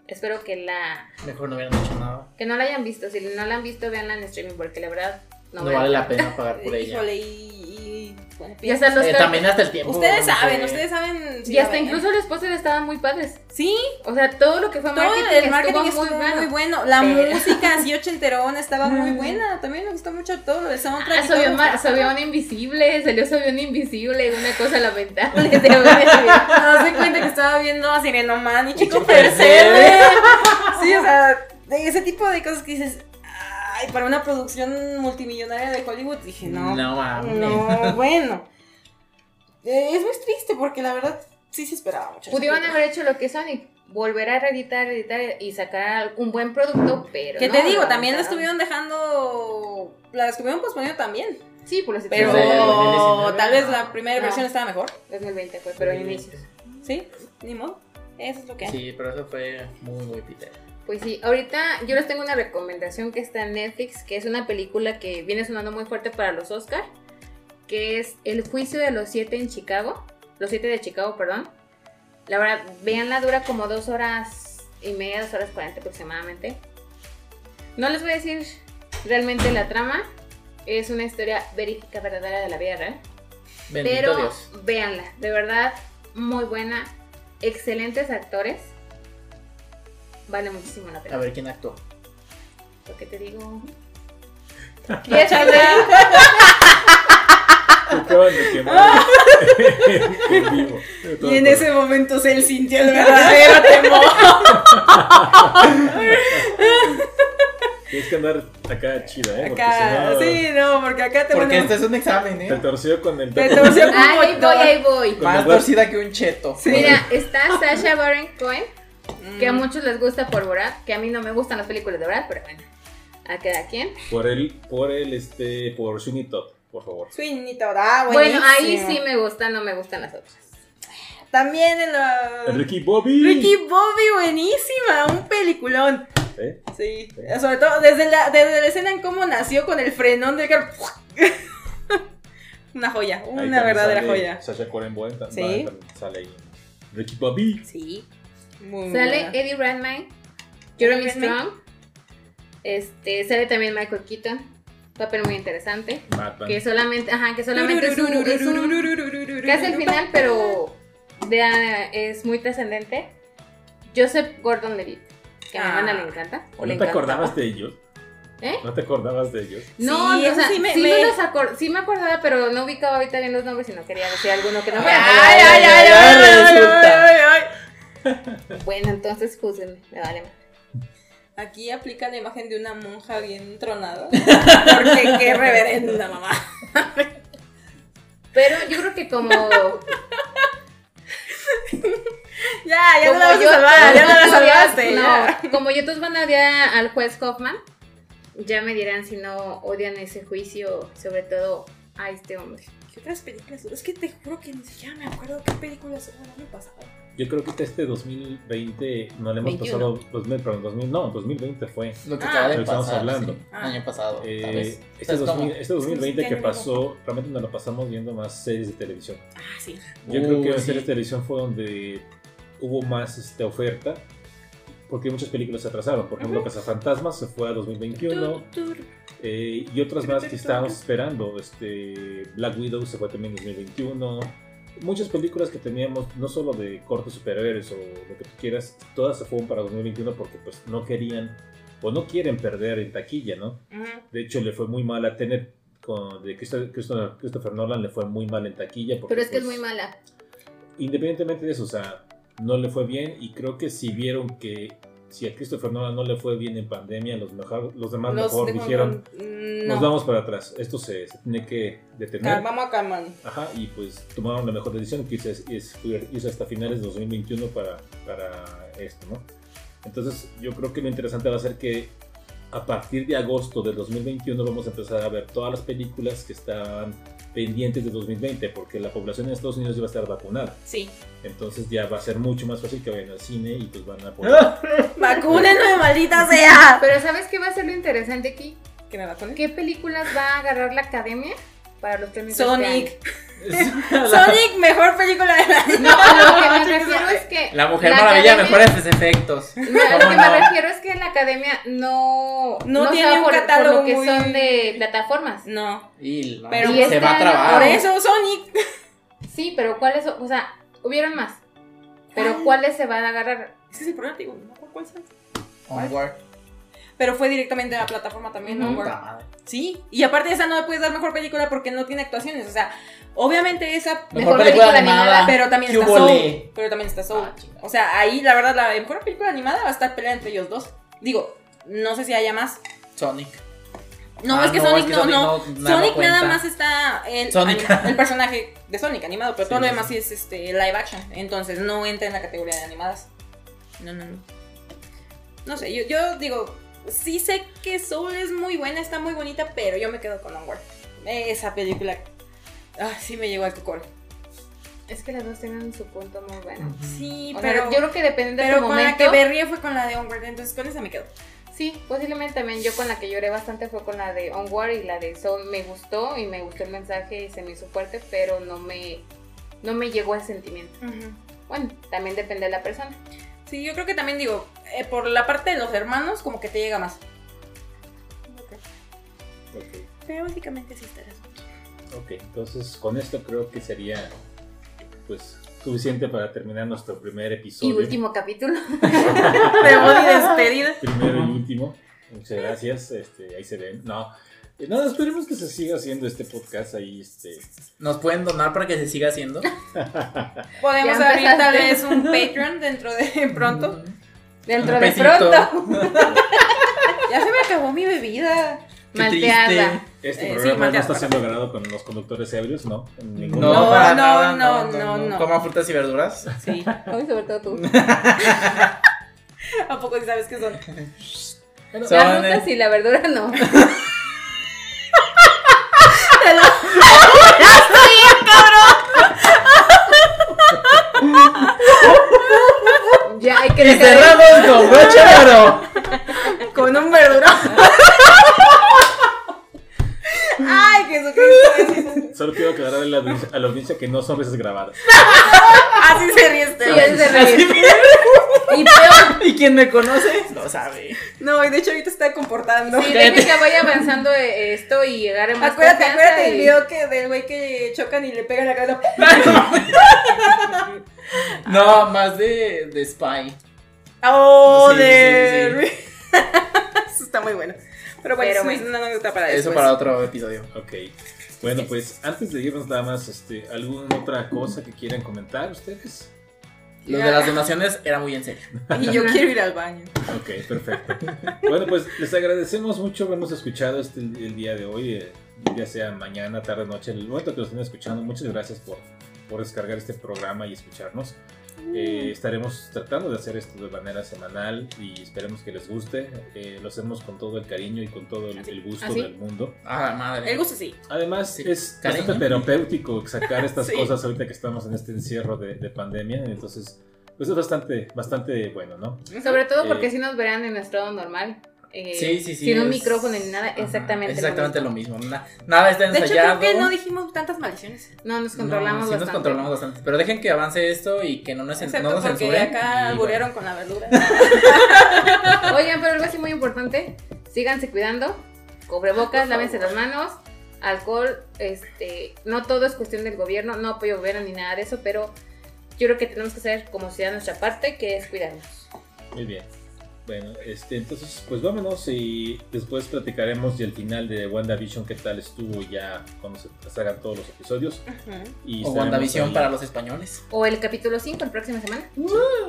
Speaker 4: espero que la
Speaker 2: Mejor no hubieran hecho nada.
Speaker 4: que no la hayan visto. Si no la han visto, véanla en streaming porque la verdad no,
Speaker 2: No
Speaker 4: vale
Speaker 2: vale la pena pagar por ella.
Speaker 3: Híjole, y. y- bueno,
Speaker 4: Ya están los
Speaker 2: Eh,
Speaker 4: tra-
Speaker 2: también hasta el tiempo.
Speaker 3: Ustedes
Speaker 2: no
Speaker 3: saben,
Speaker 2: sé.
Speaker 3: ustedes saben. si
Speaker 4: Y
Speaker 3: la
Speaker 4: hasta
Speaker 3: ven.
Speaker 4: incluso los pósters estaban muy padres.
Speaker 3: Sí,
Speaker 4: O sea, todo lo que fue
Speaker 3: todo
Speaker 4: marketing,
Speaker 3: el marketing
Speaker 4: estuvo, muy bueno.
Speaker 3: bueno. La
Speaker 4: Pero-
Speaker 3: música así ochenterona estaba muy
Speaker 4: Mm.
Speaker 3: buena. También me gustó mucho todo lo del soundtrack.
Speaker 4: Ah,
Speaker 3: y todo
Speaker 4: subió,
Speaker 3: lo
Speaker 4: ma-
Speaker 3: que-
Speaker 4: subió un invisible, salió subió un invisible, una cosa lamentable. te lo voy a decir.
Speaker 3: No se cuenta que estaba viendo a Sirenoman y Chico
Speaker 2: Chico
Speaker 3: Percebe. Sí, o sea, de ese tipo de cosas que dices. Ay, para una producción multimillonaria de Hollywood, dije,
Speaker 2: No, mames.
Speaker 3: No, bueno. Eh, es muy triste porque la verdad sí se esperaba mucho.
Speaker 4: Pudieron haber hecho lo que Sonic, volver a reeditar, editar y sacar un buen producto, pero.
Speaker 3: Que
Speaker 4: no,
Speaker 3: te digo,
Speaker 4: lo
Speaker 3: también la
Speaker 4: aventaron.
Speaker 3: estuvieron dejando. La estuvieron posponiendo también.
Speaker 4: Sí, por los
Speaker 3: Pero
Speaker 2: Desde el 2019,
Speaker 3: tal vez
Speaker 2: no.
Speaker 3: la primera
Speaker 4: No.
Speaker 3: versión estaba mejor.
Speaker 4: 2020 fue, pues, pero en inicio.
Speaker 3: ¿Sí? Ni modo. Eso es lo que hay.
Speaker 2: Sí, pero eso fue muy, muy pitero.
Speaker 4: Pues sí, ahorita yo les tengo una recomendación que está en Netflix, que es una película que viene sonando muy fuerte para los Oscar, que es El juicio de los siete en Chicago, los siete de Chicago, perdón. La verdad, véanla, dura como dos horas y media, dos horas cuarenta aproximadamente. No les voy a decir realmente la trama, es una historia verídica, verdadera de la vida real.
Speaker 2: Bendito
Speaker 4: Pero
Speaker 2: Dios.
Speaker 4: véanla, de verdad, muy buena, excelentes actores. Vale muchísimo la pena.
Speaker 2: A ver quién actuó.
Speaker 4: Lo que te digo.
Speaker 1: Lo acaban de quemar en vivo.
Speaker 3: Y en ese momento él sintió el verdadero temor.
Speaker 1: Tienes que andar acá chida, ¿eh? Porque
Speaker 3: Acá,
Speaker 1: si no,
Speaker 3: sí, no, porque acá te
Speaker 2: Porque
Speaker 3: ponen-
Speaker 2: este es un examen,
Speaker 1: Te
Speaker 2: ¿eh?
Speaker 1: torció con el
Speaker 3: Te
Speaker 1: taco.
Speaker 3: torció como
Speaker 4: ahí voy, ahí voy.
Speaker 2: Más torcida que un cheto.
Speaker 3: Sí.
Speaker 4: Mira, está Sasha Baron Cohen,
Speaker 3: Mm.
Speaker 4: que a muchos les gusta por Borat, que a mí no me gustan las películas de Borat, pero bueno, a cada quien.
Speaker 1: Por el, por el, este, por Sweeney Todd, por favor.
Speaker 3: Sweeney Todd, ah,
Speaker 4: Bueno, ahí
Speaker 3: buenísimo.
Speaker 4: sí me gustan, no me gustan las otras.
Speaker 3: También en la... Ah.
Speaker 1: Ricky Bobby.
Speaker 3: Ricky Bobby, buenísima, un peliculón.
Speaker 1: ¿eh?
Speaker 3: Sí.
Speaker 1: Sí.
Speaker 3: Sobre todo desde la, desde la escena en cómo nació con el frenón del carro. una joya,
Speaker 1: Ahí
Speaker 3: una
Speaker 1: también
Speaker 3: verdadera
Speaker 1: sale
Speaker 3: joya.
Speaker 1: Sasha Coren vuelta.
Speaker 3: Sí.
Speaker 1: Sale ahí. Ricky Bobby.
Speaker 3: Sí. Muy
Speaker 4: Sale
Speaker 3: buena.
Speaker 4: Eddie Redmayne, Jeremy
Speaker 3: Eddie Redmayne.
Speaker 4: Strong, este, sale también Michael Keaton, papel muy interesante,
Speaker 1: Madman.
Speaker 4: que solamente, ajá, que solamente es un, es un- casi el final, pero de- ah, es muy trascendente. Joseph Gordon-Levitt, que a mi
Speaker 3: Ah.
Speaker 4: hermana le encanta. o
Speaker 1: ¿O
Speaker 4: le
Speaker 1: ¿No te
Speaker 4: encantaba.
Speaker 1: acordabas de ellos?
Speaker 4: ¿Eh?
Speaker 1: ¿No te acordabas de ellos?
Speaker 4: No,
Speaker 3: Sí,
Speaker 4: no, o
Speaker 3: eso
Speaker 4: sea,
Speaker 3: sí
Speaker 4: sí
Speaker 3: me-
Speaker 4: me,
Speaker 3: me-
Speaker 4: los acor- sí me acordaba, pero no ubicaba ahorita bien los nombres y no quería decir alguno que no me
Speaker 1: Ah,
Speaker 3: Ay, ay, ay, ay, ay,
Speaker 2: Ya
Speaker 3: ay,
Speaker 2: resulta.
Speaker 3: ay, ay, ay.
Speaker 4: Bueno, entonces júzguenme, me vale.
Speaker 3: Aquí aplica la imagen de una monja bien tronada. Porque qué reverenda mamá.
Speaker 4: Pero yo creo que como, como
Speaker 3: Ya, ya no la vas
Speaker 4: yo-
Speaker 3: a salvar, ya no la
Speaker 4: no,
Speaker 3: salvaste.
Speaker 4: no,
Speaker 3: ya.
Speaker 4: como yo todos van a odiar al juez Hoffman, ya me dirán si no odian ese juicio, sobre todo a este hombre.
Speaker 3: ¿Qué otras películas? Es que te juro que ni siquiera me acuerdo qué películas eran el año pasado.
Speaker 1: Yo creo que hasta este 2020 no le hemos
Speaker 2: 21.
Speaker 1: pasado. 2000, perdón, 2000, no, 2020 fue.
Speaker 2: Lo que
Speaker 3: Ah,
Speaker 2: acaba
Speaker 1: lo
Speaker 2: de
Speaker 1: que estamos
Speaker 2: pasar.
Speaker 1: hablando.
Speaker 2: sí, el año pasado.
Speaker 1: Eh,
Speaker 2: tal vez. O sea,
Speaker 1: este,
Speaker 2: es como-
Speaker 1: 2000 este
Speaker 3: es que no sé
Speaker 1: 2020
Speaker 3: qué
Speaker 1: que
Speaker 3: año
Speaker 1: pasó, realmente nos lo pasamos viendo más series de televisión.
Speaker 3: Ah, sí.
Speaker 1: Yo
Speaker 2: Uy,
Speaker 1: creo que en
Speaker 2: sí.
Speaker 1: series de televisión fue donde hubo más este, oferta. Porque muchas películas se atrasaron. Por ejemplo,
Speaker 3: Ujú.
Speaker 1: Cazafantasmas se fue a 2021.
Speaker 3: Tú, tú.
Speaker 1: eh, y otras más que estábamos esperando. Este, Black Widow se fue también en 2021. Muchas películas que teníamos, no solo de cortes superhéroes o lo que tú quieras, todas se fueron para 2021 porque pues no querían o no quieren perder en taquilla, ¿no?
Speaker 3: Ujú.
Speaker 1: De hecho, le fue muy mal a Tenet con, de Christo- Christo- Christopher Nolan, le fue muy mal en taquilla. Porque,
Speaker 4: Pero es que es
Speaker 1: pues,
Speaker 4: muy mala.
Speaker 1: Independientemente de eso, o sea, no le fue bien y creo que si vieron que si a Christopher Nolan no le fue bien en pandemia, los, mejor, los demás mejor
Speaker 3: demás
Speaker 1: dijeron,
Speaker 3: van-
Speaker 1: nos
Speaker 3: no.
Speaker 1: vamos para atrás, esto se, se tiene que detener.
Speaker 3: Calmamos a Calman.
Speaker 1: Ajá, y pues tomaron la mejor decisión que irse, es- irse hasta finales de 2021 para, para esto, ¿no? Entonces yo creo que lo interesante va a ser que a partir de agosto del 2021 vamos a empezar a ver todas las películas que están pendientes de 2020, porque la población en Estados Unidos ya va a estar vacunada.
Speaker 3: Sí.
Speaker 1: Entonces ya va a ser mucho más fácil que vayan al cine y pues van a poder...
Speaker 2: ¡Ah!
Speaker 3: ¡Vacúnenme, maldita sea!
Speaker 4: Pero ¿sabes qué va a ser lo interesante aquí?
Speaker 3: ¿Qué me vacunen?
Speaker 4: ¿Qué películas va a agarrar la academia para los premios? de este año?
Speaker 3: Sonic. Sonic, mejor película de la
Speaker 4: No, a lo que me refiero es que.
Speaker 2: La Mujer Maravilla,
Speaker 4: academia-
Speaker 2: mejores efectos.
Speaker 4: No, a lo que
Speaker 2: ¿Cómo
Speaker 4: me
Speaker 2: no?
Speaker 4: refiero es que la academia no.
Speaker 3: No
Speaker 4: se
Speaker 3: tiene
Speaker 4: va
Speaker 3: un
Speaker 4: por,
Speaker 3: catálogo
Speaker 4: por lo que
Speaker 3: muy-
Speaker 4: son de plataformas.
Speaker 3: No.
Speaker 2: Y la-
Speaker 3: Pero
Speaker 2: se
Speaker 4: este
Speaker 2: va a
Speaker 4: año-
Speaker 2: trabar.
Speaker 3: Por eso, Sonic.
Speaker 4: Sí, pero ¿cuáles? son? O sea, hubieron más. Pero
Speaker 3: ¿Cuál?
Speaker 4: ¿cuáles se van a agarrar?
Speaker 3: Ese es el problema, te digo, no me acuerdo cuál es.
Speaker 2: Onward.
Speaker 3: Pero fue directamente a la plataforma también,
Speaker 4: Ujú.
Speaker 3: no
Speaker 2: Puta madre.
Speaker 3: Sí. Y aparte, esa no le puedes dar mejor película porque no tiene actuaciones. O sea, obviamente esa.
Speaker 2: Mejor, película, animada.
Speaker 3: Pero también
Speaker 2: ¿Qué
Speaker 3: está
Speaker 2: hubo
Speaker 3: Soul.
Speaker 2: le?
Speaker 3: Pero también está Soul.
Speaker 2: Ah, chinga.
Speaker 3: O sea, ahí la verdad la mejor película animada va a estar peleando entre ellos dos. Digo, no sé si haya más.
Speaker 2: Sonic.
Speaker 3: No,
Speaker 2: Ah,
Speaker 3: es que Sonic no, no.
Speaker 2: nada
Speaker 3: Sonic nada
Speaker 2: cuenta.
Speaker 3: más está el,
Speaker 2: Sonic.
Speaker 3: anim- el personaje de Sonic animado, pero
Speaker 2: Sí,
Speaker 3: todo lo
Speaker 2: sí,
Speaker 3: demás
Speaker 2: sí.
Speaker 3: sí es este live action. Entonces no entra en la categoría de animadas. No, no, no. No sé, yo, yo digo, sí sé que Soul es muy buena, está muy bonita, pero yo me quedo con Onward. Esa película. Ah, sí me llegó al cocor.
Speaker 4: Es que las dos tienen su punto muy bueno.
Speaker 2: Ujú.
Speaker 3: Sí,
Speaker 4: O sea,
Speaker 3: pero,
Speaker 4: yo creo que depende de
Speaker 3: pero
Speaker 4: tu
Speaker 3: con la
Speaker 4: momento.
Speaker 3: que berría fue con la de Onward, entonces con esa me quedo.
Speaker 4: Sí, posiblemente también. Yo con la que lloré bastante fue con la de Onward y la de Soul. Me gustó y me gustó el mensaje y se me hizo fuerte, pero no me, no me llegó el sentimiento. Bueno, también depende de la persona.
Speaker 3: Sí, yo creo que también digo, eh, por la parte de los hermanos, como que te llega más.
Speaker 1: Ok.
Speaker 3: Pero básicamente sí estarás.
Speaker 1: Ok, entonces con esto creo que sería pues suficiente para terminar nuestro primer
Speaker 4: Y
Speaker 1: episodio.
Speaker 4: último capítulo.
Speaker 3: Te voy despedida.
Speaker 1: Primero y último. Muchas gracias. Este, ahí se ven. No. Eh, Nada, esperemos que se siga haciendo este podcast ahí, este.
Speaker 2: ¿Nos pueden donar para que se siga haciendo?
Speaker 3: Podemos
Speaker 4: Ya
Speaker 3: abrir
Speaker 4: empezaste.
Speaker 3: tal vez un Patreon dentro de pronto.
Speaker 4: Dentro
Speaker 2: Un
Speaker 4: de
Speaker 2: pesito.
Speaker 4: pronto.
Speaker 3: Ya se me acabó mi bebida.
Speaker 2: Qué
Speaker 4: Malteada.
Speaker 2: triste.
Speaker 1: Este
Speaker 3: Eh, sí,
Speaker 1: programa no
Speaker 3: Matías,
Speaker 1: está
Speaker 3: para.
Speaker 1: siendo grabado con los conductores ebrios, ¿no? En ningún
Speaker 2: No,
Speaker 1: lado.
Speaker 2: para
Speaker 3: no,
Speaker 2: nada,
Speaker 3: no,
Speaker 2: no,
Speaker 3: no,
Speaker 2: no,
Speaker 3: no.
Speaker 2: Coma frutas y verduras.
Speaker 3: Sí.
Speaker 4: Hoy sobre todo tú.
Speaker 3: ¿A poco sí sabes qué son?
Speaker 1: Bueno,
Speaker 2: Son,
Speaker 4: La fruta
Speaker 2: eh,
Speaker 4: sí, la verdura no. Ya hay que
Speaker 2: Y
Speaker 4: dejar
Speaker 2: cerramos con broche de oro.
Speaker 3: con un verdurón. Ay, Jesucristo.
Speaker 1: Solo quiero aclarar a la, audiencia- a la audiencia que no son veces grabadas.
Speaker 3: Así se ríe este.
Speaker 4: Sí,
Speaker 3: güey.
Speaker 4: es de
Speaker 2: Así
Speaker 4: reír.
Speaker 2: me-
Speaker 4: Y peor,
Speaker 2: ¿Y quien me conoce? Lo sabe.
Speaker 3: No, y de hecho ahorita está comportando.
Speaker 4: sí, dejen que vaya avanzando eh, esto y llegar a más
Speaker 3: Acuérdate,
Speaker 4: confianza
Speaker 3: acuérdate del
Speaker 4: y-
Speaker 3: video que del güey que chocan y le pegan la cara. Ah.
Speaker 2: No, más de, de Spy.
Speaker 3: ¡Oh,
Speaker 2: Sí, sí,
Speaker 3: de- Eso está muy bueno. Pero bueno,
Speaker 4: Pero
Speaker 3: eso es una anécdota para
Speaker 2: Eso
Speaker 3: después.
Speaker 2: para otro episodio.
Speaker 1: Ok. Bueno, pues antes de irnos nada más, este, ¿alguna otra cosa que quieran comentar ustedes?
Speaker 2: Lo
Speaker 3: Ah.
Speaker 2: de las donaciones era muy en serio.
Speaker 3: Y yo quiero ir al baño.
Speaker 1: Ok, perfecto. Bueno, pues les agradecemos mucho habernos escuchado este, el día de hoy, eh, ya sea mañana, tarde, noche, en el momento que nos estén escuchando. Muchas gracias por, por descargar este programa y escucharnos.
Speaker 2: Mm.
Speaker 1: Eh, estaremos tratando de hacer esto de manera semanal y esperemos que les guste. Eh, lo hacemos con todo el cariño y con todo el, el gusto
Speaker 4: así.
Speaker 1: del mundo.
Speaker 2: Ah, madre.
Speaker 3: El gusto sí.
Speaker 1: Además,
Speaker 2: Sí,
Speaker 1: es
Speaker 2: cariño.
Speaker 1: bastante terapéutico sacar estas
Speaker 3: Sí.
Speaker 1: cosas ahorita que estamos en este encierro de, de pandemia. Entonces, pues es bastante, bastante bueno, ¿no?
Speaker 4: Sobre todo porque
Speaker 1: Eh.
Speaker 4: si nos verán en nuestro estado normal. eh,
Speaker 2: Sí, sí, sí.
Speaker 4: Sin un
Speaker 2: es-
Speaker 4: micrófono ni nada,
Speaker 2: Ajá,
Speaker 4: exactamente.
Speaker 2: es
Speaker 4: lo
Speaker 2: exactamente
Speaker 4: mismo.
Speaker 2: lo mismo. Na- nada está
Speaker 3: De hecho,
Speaker 2: ensayado.
Speaker 3: creo que no dijimos tantas maldiciones.
Speaker 4: No, nos
Speaker 2: No,
Speaker 4: controlamos
Speaker 2: sí nos
Speaker 4: bastante.
Speaker 2: controlamos bastante. Pero dejen que avance esto y que no nos, no
Speaker 3: Excepto
Speaker 2: nos
Speaker 3: porque
Speaker 2: censuren.
Speaker 3: acá
Speaker 2: y
Speaker 3: alburearon con la verdura.
Speaker 4: Oigan, pero algo así muy importante. Síganse cuidando. Cobrebocas,
Speaker 3: Por
Speaker 4: lávense las
Speaker 3: favor.
Speaker 4: manos. Alcohol, este, no todo es cuestión del gobierno, no apoyo gobierno ni nada de eso, pero yo creo que tenemos que hacer como ciudad nuestra parte, que es cuidarnos.
Speaker 1: Muy bien. Bueno, este, entonces, pues vámonos y después platicaremos del final de WandaVision, qué tal estuvo ya cuando se salgan todos los episodios. Y
Speaker 2: O
Speaker 1: estaremos
Speaker 2: WandaVision
Speaker 1: ahí.
Speaker 2: para los españoles.
Speaker 4: O el capítulo 5, la próxima semana.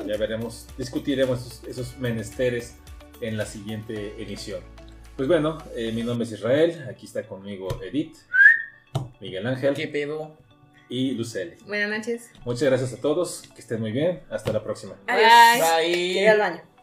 Speaker 1: Ya veremos, discutiremos esos, esos menesteres en la siguiente edición. Pues bueno, eh, mi nombre es Israel, aquí está conmigo Edith, Miguel Ángel
Speaker 2: ¿Qué pedo?
Speaker 1: y Luceli.
Speaker 4: Buenas noches.
Speaker 1: Muchas gracias a todos, que estén muy bien, hasta la próxima.
Speaker 3: Adiós.
Speaker 4: Bye.
Speaker 2: Bye.
Speaker 3: Quiero ir al baño.